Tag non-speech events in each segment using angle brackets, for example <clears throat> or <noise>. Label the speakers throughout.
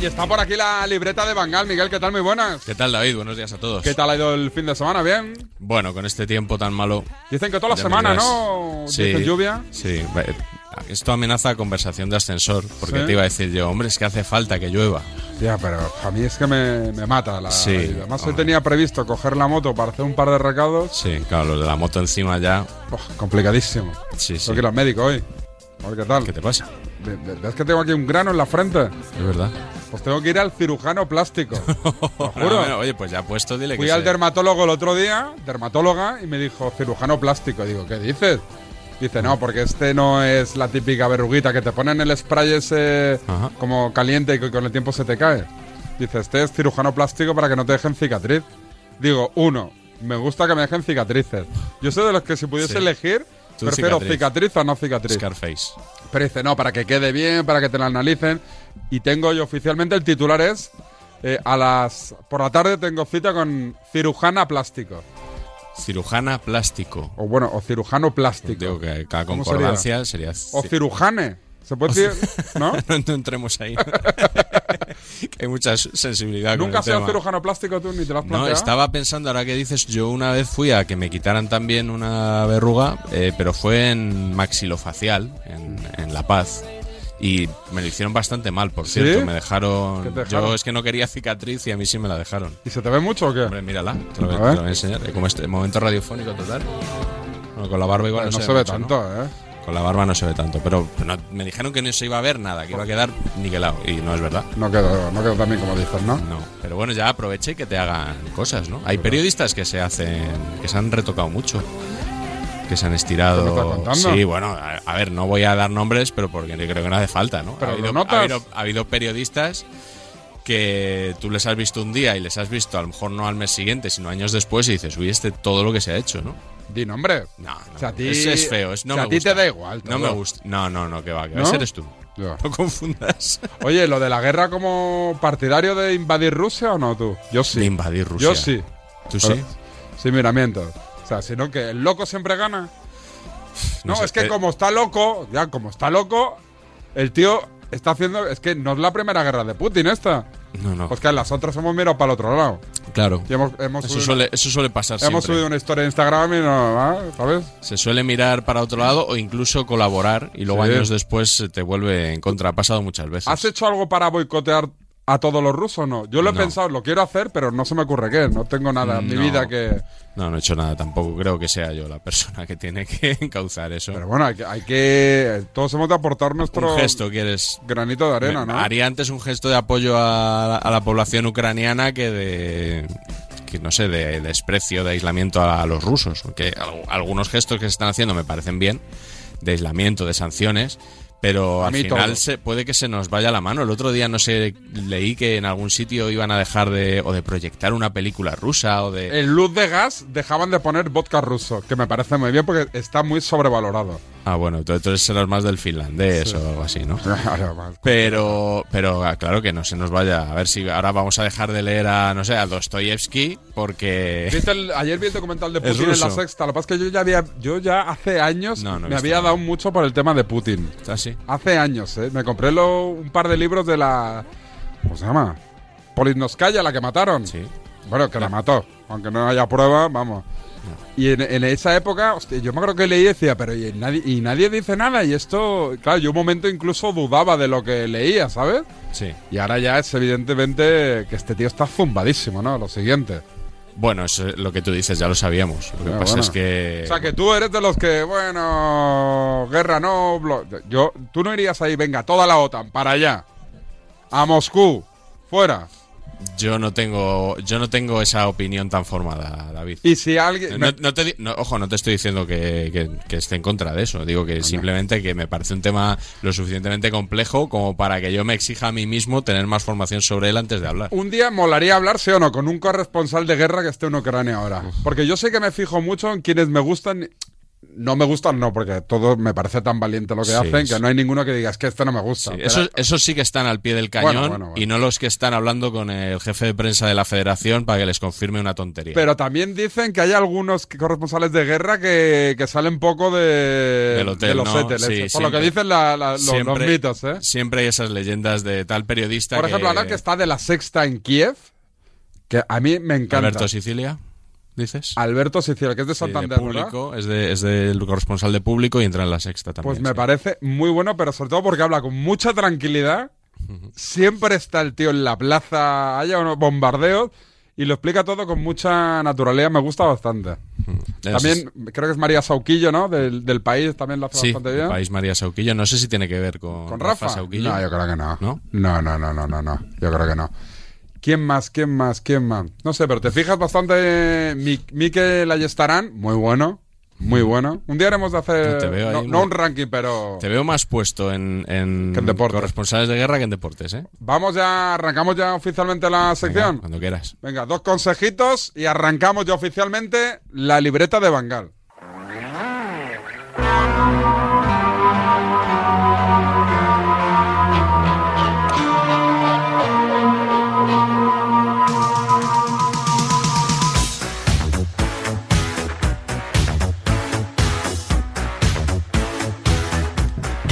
Speaker 1: Y está por aquí la libreta de Bangal. Miguel, ¿qué tal? Muy buenas.
Speaker 2: ¿Qué tal, David? Buenos días a todos.
Speaker 1: ¿Qué tal ha ido el fin de semana? ¿Bien?
Speaker 2: Bueno, con este tiempo tan malo.
Speaker 1: Dicen que toda la
Speaker 2: ya me
Speaker 1: semana,
Speaker 2: dirás.
Speaker 1: ¿no?
Speaker 2: Sí,
Speaker 1: Dicen lluvia.
Speaker 2: Sí. va- Esto amenaza conversación de ascensor, porque
Speaker 1: Sí.
Speaker 2: te iba a decir yo, hombre, es que hace falta que llueva.
Speaker 1: Ya, pero a mí es que me, me mata la.
Speaker 2: Sí,
Speaker 1: la- Además, hoy
Speaker 2: hombre.
Speaker 1: tenía previsto coger la moto para hacer un par de recados.
Speaker 2: Sí, claro, lo de la moto encima ya.
Speaker 1: Buah, complicadísimo.
Speaker 2: Sí, sí.
Speaker 1: Tengo que ir al médico hoy. A ver qué tal.
Speaker 2: ¿Qué te pasa?
Speaker 1: Ve- ve- ¿Ves que tengo aquí un grano en la frente?
Speaker 2: Es verdad.
Speaker 1: Pues tengo que ir al cirujano <laughs> plástico.
Speaker 2: <laughs> Bueno,
Speaker 1: juro.
Speaker 2: bueno, oye, pues ya puesto, dile
Speaker 1: Fui
Speaker 2: que
Speaker 1: al
Speaker 2: se-
Speaker 1: dermatólogo el otro día, dermatóloga, y me dijo cirujano plástico. Digo, ¿qué dices? Dice, no, porque este no es la típica verruguita que te ponen el spray ese
Speaker 2: Ajá.
Speaker 1: como caliente y que con el tiempo se te cae. Dice, este es cirujano plástico para que no te dejen cicatriz. Digo, uno, me gusta que me dejen cicatrices. Yo soy de los que si pudiese
Speaker 2: Sí.
Speaker 1: elegir,
Speaker 2: Tú
Speaker 1: prefiero cicatriz.
Speaker 2: cicatriz.
Speaker 1: a no cicatriz.
Speaker 2: Scarface.
Speaker 1: Pero dice, no, para que quede bien, para que te la analicen. Y tengo yo oficialmente, el titular es, eh, a las, por la tarde tengo cita con cirujana plástico.
Speaker 2: Cirujana plástico.
Speaker 1: O bueno, o cirujano plástico.
Speaker 2: Digo que cada
Speaker 1: ¿Cómo
Speaker 2: concordancia sería.
Speaker 1: O
Speaker 2: ci-
Speaker 1: cirujane. ¿Se puede decir? ¿No?
Speaker 2: <laughs> no, no
Speaker 1: <laughs>
Speaker 2: entremos ahí. <laughs> que hay mucha sensibilidad con
Speaker 1: Nunca
Speaker 2: el
Speaker 1: has sido
Speaker 2: tema.
Speaker 1: cirujano plástico tú ni te lo has
Speaker 2: No,
Speaker 1: planteado.
Speaker 2: estaba pensando, ahora que dices, yo una vez fui a que me quitaran también una verruga, eh, pero fue en maxilofacial, en, en La Paz. Y me lo hicieron bastante mal, por
Speaker 1: ¿Sí?
Speaker 2: cierto. Me
Speaker 1: ¿Qué
Speaker 2: dejaron,
Speaker 1: te dejaron?
Speaker 2: Yo es que no quería cicatriz y a mí sí me la dejaron.
Speaker 1: ¿Y se te ve mucho o qué?
Speaker 2: Hombre, mírala, te lo,
Speaker 1: A
Speaker 2: te
Speaker 1: ver.
Speaker 2: lo voy a enseñar. Eh, Como este momento radiofónico total. Bueno, con la barba igual
Speaker 1: Pues
Speaker 2: no,
Speaker 1: no se ve
Speaker 2: mucho, ¿no?
Speaker 1: tanto, ¿eh?
Speaker 2: Con la barba no se ve tanto, pero pero no- me dijeron que no se iba a ver nada, que iba a quedar niquelado. Y no es verdad.
Speaker 1: No quedó, no quedó tan bien como dices, ¿no?
Speaker 2: No, pero bueno, ya aproveche que te hagan cosas, ¿no? Hay periodistas que se hacen, que se han retocado mucho, que se
Speaker 1: ¿Qué
Speaker 2: han
Speaker 1: me estás
Speaker 2: estirado.
Speaker 1: contando?
Speaker 2: Sí, bueno, a, a ver, no voy a dar nombres, pero porque yo creo que no hace falta, ¿no?
Speaker 1: Pero
Speaker 2: ha,
Speaker 1: lo
Speaker 2: habido,
Speaker 1: notas.
Speaker 2: ha habido- ha habido periodistas que tú les has visto un día y les has visto a lo mejor no al mes siguiente, sino años después y dices, uy, este todo lo que se ha hecho, ¿no?
Speaker 1: Di nombre.
Speaker 2: No, no,
Speaker 1: O sea, a ti-
Speaker 2: es, es feo, es, no
Speaker 1: o sea,
Speaker 2: me
Speaker 1: a ti
Speaker 2: gusta.
Speaker 1: te da igual
Speaker 2: No
Speaker 1: todo.
Speaker 2: me gusta. No, no, no, que va, que va,
Speaker 1: ¿No?
Speaker 2: ese eres tú. <laughs>
Speaker 1: Ya.
Speaker 2: No confundas.
Speaker 1: Oye, ¿lo de la guerra como partidario de invadir Rusia o no tú? Yo sí.
Speaker 2: De invadir Rusia.
Speaker 1: Yo sí.
Speaker 2: ¿Tú
Speaker 1: Pero-
Speaker 2: sí?
Speaker 1: Sin miramientos. O sea, sino que el loco siempre gana. No,
Speaker 2: No sé,
Speaker 1: es que
Speaker 2: eh,
Speaker 1: como está loco, ya como está loco, el tío está haciendo. Es que no es la primera guerra de Putin esta.
Speaker 2: No, no.
Speaker 1: Pues que las otras hemos mirado para el otro lado.
Speaker 2: Claro.
Speaker 1: Y hemos, hemos
Speaker 2: Eso
Speaker 1: subido,
Speaker 2: suele, eso suele pasar
Speaker 1: hemos
Speaker 2: siempre.
Speaker 1: subido una historia de Instagram y no, ¿ah? ¿sabes?
Speaker 2: Se suele mirar para otro lado o incluso colaborar y luego
Speaker 1: Sí.
Speaker 2: años después se te vuelve en contra. Ha pasado muchas veces.
Speaker 1: ¿Has hecho algo para boicotear a todos los rusos o no? Yo lo he
Speaker 2: No.
Speaker 1: pensado, lo quiero hacer, pero no se me ocurre qué. No tengo nada en mi
Speaker 2: No.
Speaker 1: vida que.
Speaker 2: No, no he hecho nada tampoco. Creo que sea yo la persona que tiene que <laughs> encauzar eso.
Speaker 1: Pero bueno, hay que. hay que- todos hemos de aportar nuestro
Speaker 2: Un gesto, ¿quieres?
Speaker 1: granito de arena,
Speaker 2: Me-
Speaker 1: ¿no?
Speaker 2: Haría antes un gesto de apoyo a, a la población ucraniana que de que no sé, de desprecio, de aislamiento a los rusos, porque al- algunos gestos que se están haciendo me parecen bien, de aislamiento, de sanciones, pero
Speaker 1: A
Speaker 2: al
Speaker 1: mí todo.
Speaker 2: final se, puede que se nos vaya la mano. El otro día no sé, leí que en algún sitio iban a dejar de o de proyectar una película rusa o de
Speaker 1: En luz de gas dejaban de poner vodka ruso, que me parece muy bien porque está muy sobrevalorado. <laughs>
Speaker 2: Ah, bueno, tú entonces serás más del finlandés o algo así, ¿no?
Speaker 1: Claro, más.
Speaker 2: Pero, pero ah, claro que no se nos vaya. A ver si ahora vamos a dejar de leer a, no sé, a Dostoyevsky, porque.
Speaker 1: ¿Viste el- ayer vi el documental de
Speaker 2: Es
Speaker 1: Putin en la
Speaker 2: ruso.
Speaker 1: sexta. Lo que pasa es que yo ya, había, yo ya hace años
Speaker 2: No,
Speaker 1: me
Speaker 2: no he visto
Speaker 1: había
Speaker 2: nada.
Speaker 1: dado mucho por el tema de Putin.
Speaker 2: ¿Está así?
Speaker 1: Hace años, ¿eh? Me compré lo- un par de libros de la... ¿Cómo se llama? Politnovskaya, la que mataron.
Speaker 2: Sí.
Speaker 1: Bueno, que la mató. Aunque no haya prueba, vamos. Y en, en esa época, hostia, yo me acuerdo que leí y decía, pero y nadie, y nadie dice nada. Y esto, claro, yo un momento incluso dudaba de lo que leía, ¿sabes?
Speaker 2: Sí.
Speaker 1: Y ahora ya es evidentemente que este tío está zumbadísimo, ¿no? Lo siguiente.
Speaker 2: Bueno, eso es lo que tú dices, ya lo sabíamos. Lo que
Speaker 1: Ah,
Speaker 2: pasa
Speaker 1: bueno.
Speaker 2: es que.
Speaker 1: O sea, que tú eres de los que, bueno, guerra no, blo- yo, tú no irías ahí, venga, toda la OTAN, para allá, a Moscú, fuera.
Speaker 2: Yo no tengo. Yo no tengo esa opinión tan formada, David.
Speaker 1: Y si alguien...
Speaker 2: No, no te di- no, ojo, no te estoy diciendo que, que- que esté en contra de eso. Digo que simplemente que me parece un tema lo suficientemente complejo como para que yo me exija a mí mismo tener más formación sobre él antes de hablar.
Speaker 1: Un día molaría hablar, sí o no, con un corresponsal de guerra que esté en Ucrania ahora. Porque yo sé que me fijo mucho en quienes me gustan no me gustan, no, porque todo me parece tan valiente lo que
Speaker 2: Sí,
Speaker 1: hacen
Speaker 2: sí.
Speaker 1: que no hay ninguno que diga es que este no me
Speaker 2: Sí,
Speaker 1: gusta. Pero-
Speaker 2: esos, esos sí que están al pie del cañón
Speaker 1: Bueno, bueno, bueno.
Speaker 2: y no los que están hablando con el jefe de prensa de la federación para que les confirme una tontería.
Speaker 1: Pero también dicen que hay algunos que- corresponsales de guerra que, que salen poco de,
Speaker 2: Del hotel,
Speaker 1: de los
Speaker 2: ¿no?
Speaker 1: hoteles.
Speaker 2: Sí,
Speaker 1: por
Speaker 2: siempre.
Speaker 1: lo que dicen la- la- los, los
Speaker 2: Siempre-
Speaker 1: mitos, ¿eh?
Speaker 2: Siempre hay esas leyendas de tal periodista
Speaker 1: Por
Speaker 2: que-
Speaker 1: ejemplo, ahora que está de la sexta en Kiev, que a mí me encanta.
Speaker 2: Alberto Sicilia, dices.
Speaker 1: Alberto Sicilia, que es de
Speaker 2: Sí,
Speaker 1: Ah,
Speaker 2: de
Speaker 1: Santander, ¿verdad?
Speaker 2: público, es, de, es del corresponsal de público y entra en la sexta también.
Speaker 1: Pues me
Speaker 2: sí.
Speaker 1: parece muy bueno, pero sobre todo porque habla con mucha tranquilidad. Siempre está el tío en la plaza, haya unos bombardeos, y lo explica todo con mucha naturalidad. Me gusta bastante.
Speaker 2: Mm, Es-
Speaker 1: También creo que es María Sauquillo, ¿no? Del, del país, también lo hace
Speaker 2: sí,
Speaker 1: bastante
Speaker 2: el
Speaker 1: bien.
Speaker 2: País María Sauquillo. No sé si tiene que ver con,
Speaker 1: ¿Con Rafa?
Speaker 2: Sauquillo.
Speaker 1: No, yo creo que no.
Speaker 2: ¿No?
Speaker 1: no. No, no, no, no, no. Yo creo que no. ¿Quién más? ¿Quién más? ¿Quién más? No sé, pero te fijas bastante. Mi- Mikel Ayestarán, muy bueno. Muy bueno. Un día haremos de hacer.
Speaker 2: Yo te veo ahí
Speaker 1: no,
Speaker 2: muy-
Speaker 1: no un ranking, pero.
Speaker 2: Te veo más puesto en, en
Speaker 1: Que en deportes.
Speaker 2: corresponsales de guerra que en deportes, ¿eh?
Speaker 1: Vamos ya, arrancamos ya oficialmente la
Speaker 2: Venga,
Speaker 1: sección.
Speaker 2: cuando quieras.
Speaker 1: Venga, dos consejitos y arrancamos ya oficialmente la libreta de Bangal.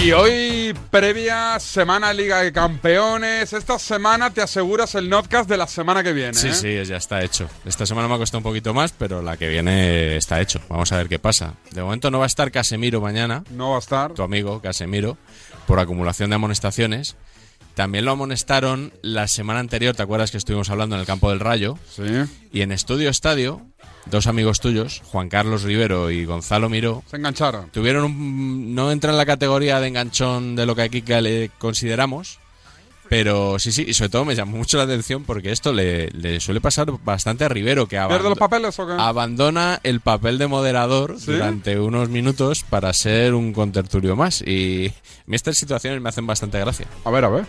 Speaker 1: Y hoy, previa semana Liga de Campeones, esta semana te aseguras el podcast de la semana que viene.
Speaker 2: Sí,
Speaker 1: ¿eh?
Speaker 2: sí, ya está hecho. Esta semana me ha costado un poquito más, pero la que viene está hecho. Vamos a ver qué pasa. De momento no va a estar Casemiro mañana,
Speaker 1: No va a estar.
Speaker 2: tu amigo Casemiro, por acumulación de amonestaciones. También lo amonestaron la semana anterior, ¿te acuerdas que estuvimos hablando en el campo del Rayo?
Speaker 1: Sí.
Speaker 2: Y en Estudio Estadio, dos amigos tuyos, Juan Carlos Rivero y Gonzalo Miró,
Speaker 1: Se engancharon.
Speaker 2: tuvieron un, no entra en la categoría de enganchón de lo que aquí que le consideramos pero sí sí y sobre todo me llamó mucho la atención porque esto le, le suele pasar bastante a Rivero que
Speaker 1: ¿Pierde
Speaker 2: abando-
Speaker 1: los papeles o qué?
Speaker 2: abandona el papel de moderador
Speaker 1: ¿Sí?
Speaker 2: durante unos minutos para ser un contertulio más y a mí estas situaciones me hacen bastante gracia
Speaker 1: A ver, a ver.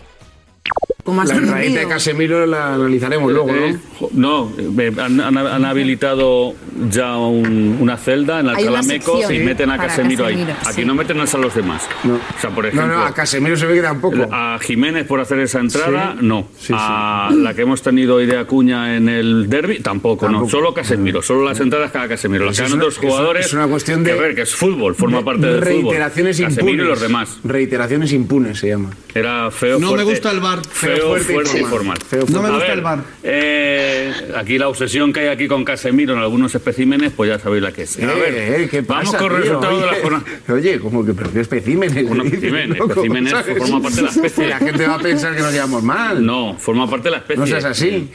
Speaker 3: ¿Cómo has
Speaker 4: La raíz de
Speaker 3: dormido?
Speaker 4: Casemiro la analizaremos luego, ¿no?
Speaker 5: Jo- No, eh, han, han- han habilitado ya un- una celda en
Speaker 3: Hay una
Speaker 5: Alcalá Meco
Speaker 3: sección
Speaker 5: y meten a
Speaker 3: para
Speaker 5: Casemiro, ahí.
Speaker 3: Casemiro,
Speaker 5: Aquí
Speaker 3: sí.
Speaker 5: no meten a los demás. O sea, por
Speaker 4: No,
Speaker 5: ejemplo,
Speaker 4: no, a Casemiro se ve que tampoco.
Speaker 5: a Jiménez por hacer esa entrada,
Speaker 4: Sí.
Speaker 5: no.
Speaker 4: Sí, sí.
Speaker 5: A la que hemos tenido idea Acuña en el derby, tampoco, no.
Speaker 4: Tampoco.
Speaker 5: Solo Casemiro, solo las entradas cada Casemiro. Las
Speaker 4: Pues
Speaker 5: que
Speaker 4: es
Speaker 5: ganan
Speaker 4: una-
Speaker 5: dos
Speaker 4: es una-
Speaker 5: jugadores.
Speaker 4: es una cuestión de-
Speaker 5: Que, a ver, que es fútbol, forma parte del fútbol.
Speaker 4: Reiteraciones
Speaker 5: Casemiro
Speaker 4: impunes.
Speaker 5: y los demás.
Speaker 4: Reiteraciones impunes se llama.
Speaker 5: Era feo.
Speaker 6: No me
Speaker 5: fuerte-
Speaker 6: gusta el VAR.
Speaker 5: Feo,
Speaker 4: Feo,
Speaker 5: fuerte,
Speaker 4: fuerte y
Speaker 5: y
Speaker 4: formal.
Speaker 5: formal.
Speaker 4: Feo, fuerte.
Speaker 6: No me
Speaker 5: A
Speaker 6: gusta
Speaker 5: ver,
Speaker 6: el VAR.
Speaker 5: eh, aquí la obsesión que hay aquí con Casemiro en algunos especímenes, pues ya sabéis la que es. A ver,
Speaker 4: Eh, eh, ¿qué pasa,
Speaker 5: vamos con el
Speaker 4: tío?
Speaker 5: resultado de la
Speaker 4: Oye,
Speaker 5: jornada.
Speaker 4: <laughs> Oye, como que perdió especímenes.
Speaker 5: Bueno,
Speaker 4: ¿qué dices,
Speaker 5: especímenes,
Speaker 4: loco?
Speaker 5: especímenes
Speaker 4: ¿Sabes?
Speaker 5: forma parte de la especie.
Speaker 4: La gente va a pensar que nos llevamos mal. No,
Speaker 5: No, forma parte de la especie.
Speaker 4: seas así.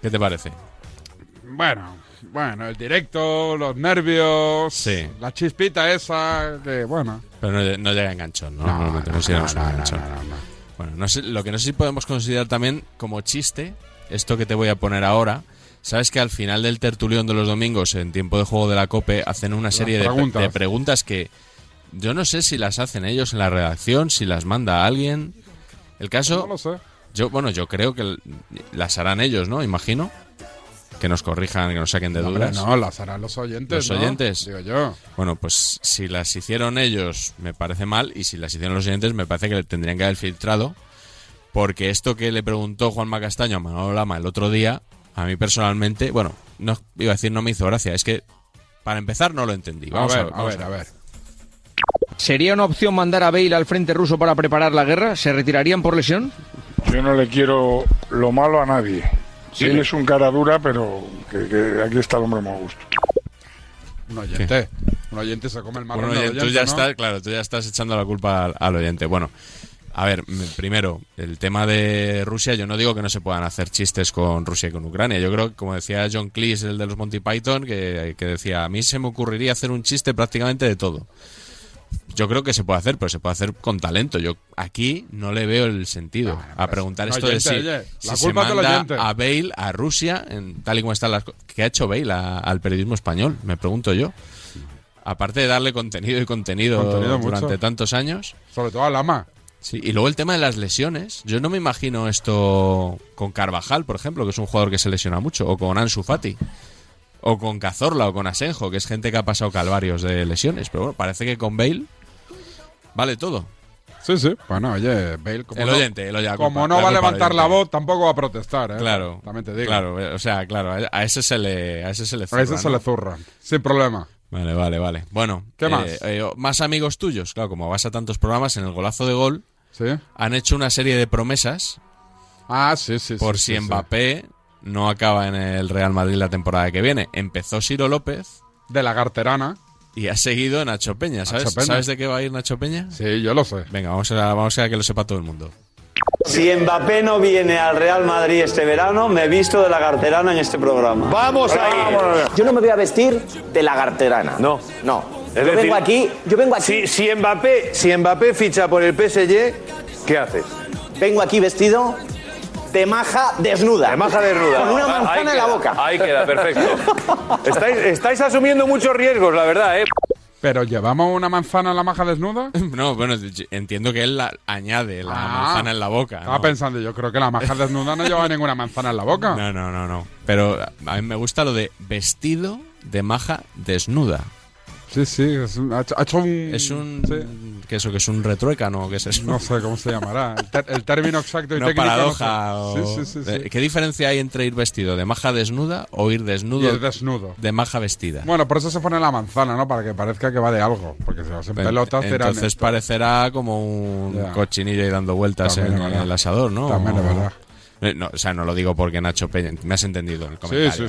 Speaker 2: qué te parece
Speaker 1: Bueno, bueno, el directo, los nervios,
Speaker 2: Sí.
Speaker 1: la chispita esa, que bueno.
Speaker 2: pero no, no llega a enganchón no, no, no te consideramos un enganchón Bueno, no sé- lo que no sé si podemos considerar también como chiste, esto que te voy a poner ahora. Sabes que al final del tertulión de los domingos, en tiempo de juego de la COPE, hacen una serie de,
Speaker 1: preguntas.
Speaker 2: de preguntas que yo no sé si las hacen ellos en la redacción, si las manda alguien. El
Speaker 1: No
Speaker 2: caso,
Speaker 1: lo sé.
Speaker 2: yo bueno, yo creo que l- las harán ellos, ¿no? Imagino. Que nos corrijan, que nos saquen de
Speaker 1: No, hombre,
Speaker 2: dudas.
Speaker 1: no, las harán los oyentes.
Speaker 2: Los
Speaker 1: ¿no?
Speaker 2: oyentes.
Speaker 1: Digo yo.
Speaker 2: Bueno, pues si las hicieron ellos me parece mal y si las hicieron los oyentes me parece que le tendrían que haber filtrado porque esto que le preguntó Juan Macastaño a Manolo Lama el otro día, a mí personalmente, bueno, no iba a decir no me hizo gracia, es que para empezar no lo entendí. Vamos
Speaker 1: a ver, a
Speaker 2: vamos
Speaker 1: ver, a ver.
Speaker 7: ¿Sería una opción mandar a Bale al frente ruso para preparar la guerra? ¿Se retirarían por lesión?
Speaker 8: Yo no le quiero lo malo a nadie. Él es un cara dura, pero que- que aquí está el hombre más a gusto.
Speaker 1: Un oyente. Un oyente se come el marrón.
Speaker 2: Bueno,
Speaker 1: del
Speaker 2: oye, tú
Speaker 1: oyente,
Speaker 2: ya
Speaker 1: ¿no?
Speaker 2: estás, claro, tú ya estás echando la culpa al, al oyente. Bueno, a ver, m- primero, el tema de Rusia, yo no digo que no se puedan hacer chistes con Rusia y con Ucrania. Yo creo que, como decía John Cleese, el de los Monty Python, que, que decía, a mí se me ocurriría hacer un chiste prácticamente de todo. Yo creo que se puede hacer, pero se puede hacer con talento. Yo aquí no le veo el sentido a preguntar
Speaker 1: pues, no,
Speaker 2: esto
Speaker 1: oyente,
Speaker 2: de si,
Speaker 1: oye,
Speaker 2: si
Speaker 1: la
Speaker 2: se
Speaker 1: culpa es del
Speaker 2: manda
Speaker 1: oyente.
Speaker 2: a Bale a Rusia, en, tal y como están las cosas. ¿Qué ha hecho Bale a- al periodismo español? Me pregunto yo. Aparte de darle contenido y contenido,
Speaker 1: Contenido mucho.
Speaker 2: durante tantos años.
Speaker 1: Sobre todo a Lama.
Speaker 2: Sí, y luego el tema de las lesiones. Yo no me imagino esto con Carvajal, por ejemplo, que es un jugador que se lesiona mucho, o con Ansu Fati. o con Cazorla o con Asenjo, que es gente que ha pasado calvarios de lesiones. Pero bueno, parece que con Bale vale todo.
Speaker 1: Sí, sí. Bueno, oye, Bale, como
Speaker 2: El
Speaker 1: no,
Speaker 2: oyente, el oyente.
Speaker 1: como no va a levantar la voz, tampoco va a protestar, ¿eh?
Speaker 2: Claro,
Speaker 1: También te digo.
Speaker 2: claro, o sea, claro, a- a ese se le, a ese se le,
Speaker 1: A veces
Speaker 2: zurra,
Speaker 1: se
Speaker 2: ¿no?
Speaker 1: le zurra. Sin problema.
Speaker 2: Vale, vale, vale. Bueno,
Speaker 1: ¿Qué
Speaker 2: eh,
Speaker 1: más?
Speaker 2: eh, más amigos tuyos, claro, como vas a tantos programas en el golazo de gol,
Speaker 1: ¿Sí?
Speaker 2: han hecho una serie de promesas
Speaker 1: Ah, sí, sí.
Speaker 2: por
Speaker 1: sí,
Speaker 2: si
Speaker 1: sí, sí.
Speaker 2: Mbappé no acaba en el Real Madrid la temporada que viene. Empezó Ciro López
Speaker 1: De la garterana.
Speaker 2: y ha seguido Nacho Peña. ¿Sabes,
Speaker 1: Nacho Peña.
Speaker 2: ¿sabes de qué va a ir Nacho Peña?
Speaker 1: Sí, yo lo sé.
Speaker 2: Venga, vamos a, vamos a que lo sepa todo el mundo. <laughs>
Speaker 3: Si Mbappé no viene al Real Madrid este verano, me he visto de la garterana en este programa. ¡Vamos ahí!
Speaker 6: Yo no me voy a vestir de lagarterana. No. No. yo
Speaker 3: decir,
Speaker 6: vengo aquí, yo vengo aquí,
Speaker 3: si, Mbappé, si Mbappé ficha por el PSG, ¿qué haces?
Speaker 6: vengo aquí vestido de maja desnuda.
Speaker 3: De maja desnuda.
Speaker 6: Con una
Speaker 3: Ah,
Speaker 6: manzana
Speaker 3: ahí
Speaker 6: en la
Speaker 3: queda,
Speaker 6: boca.
Speaker 3: Ahí queda, perfecto. <laughs> Estáis, estáis asumiendo muchos riesgos, la verdad, ¿eh?
Speaker 1: ¿Pero llevamos una manzana en la maja desnuda?
Speaker 2: No, bueno, entiendo que él la- añade la
Speaker 1: Ah.
Speaker 2: manzana en la boca.
Speaker 1: Estaba
Speaker 2: ¿no?
Speaker 1: pensando, yo creo que la maja desnuda no lleva ninguna manzana en la boca.
Speaker 2: No, no, no, no. Pero a mí me gusta lo de vestido de maja desnuda.
Speaker 1: Sí, sí, es un- ha, hecho, ha hecho un...
Speaker 2: Es un.
Speaker 1: sí.
Speaker 2: ¿Qué es eso? ¿Que es un retruécano? ¿Qué es eso?
Speaker 1: No sé cómo se llamará. El, ter- el término exacto y
Speaker 2: Una
Speaker 1: técnico. no
Speaker 2: paradoja.
Speaker 1: sé.
Speaker 2: o-
Speaker 1: Sí, sí, sí.
Speaker 2: Eh,
Speaker 1: sí.
Speaker 2: ¿Qué diferencia hay entre ir vestido de maja desnuda o ir
Speaker 1: Y
Speaker 2: desnudo
Speaker 1: el desnudo.
Speaker 2: de maja vestida?
Speaker 1: Bueno, por eso se pone la manzana, ¿no? Para que parezca que va de algo. Porque si vas en
Speaker 2: Ent-
Speaker 1: pelotas, será
Speaker 2: Entonces parecerá como un
Speaker 1: Ya.
Speaker 2: cochinillo ahí dando vueltas
Speaker 1: También
Speaker 2: en,
Speaker 1: es verdad.
Speaker 2: el asador, ¿no?
Speaker 1: También es
Speaker 2: O-
Speaker 1: verdad.
Speaker 2: Eh, no, o sea, no lo digo porque Nacho Peña. Me has entendido el
Speaker 1: Sí,
Speaker 2: comentario.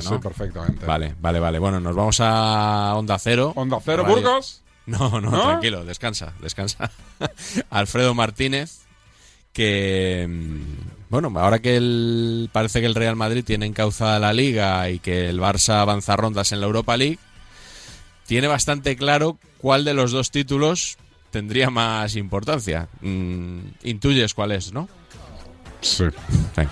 Speaker 1: sí, sí,
Speaker 2: ¿no?
Speaker 1: perfectamente.
Speaker 2: Vale, vale, vale. Bueno, nos vamos a Onda Cero.
Speaker 1: Onda Cero,
Speaker 2: Radio-
Speaker 1: Burgos.
Speaker 2: <laughs> No, no,
Speaker 1: ¿No?
Speaker 2: tranquilo, descansa, descansa. <laughs> Alfredo Martínez, que mm, bueno, ahora que el, parece que el Real Madrid tiene encauzada la liga y que el Barça avanza rondas en la Europa League, tiene bastante claro cuál de los dos títulos tendría más importancia. Mm, intuyes cuál es, ¿no?
Speaker 1: Sí.
Speaker 2: Venga.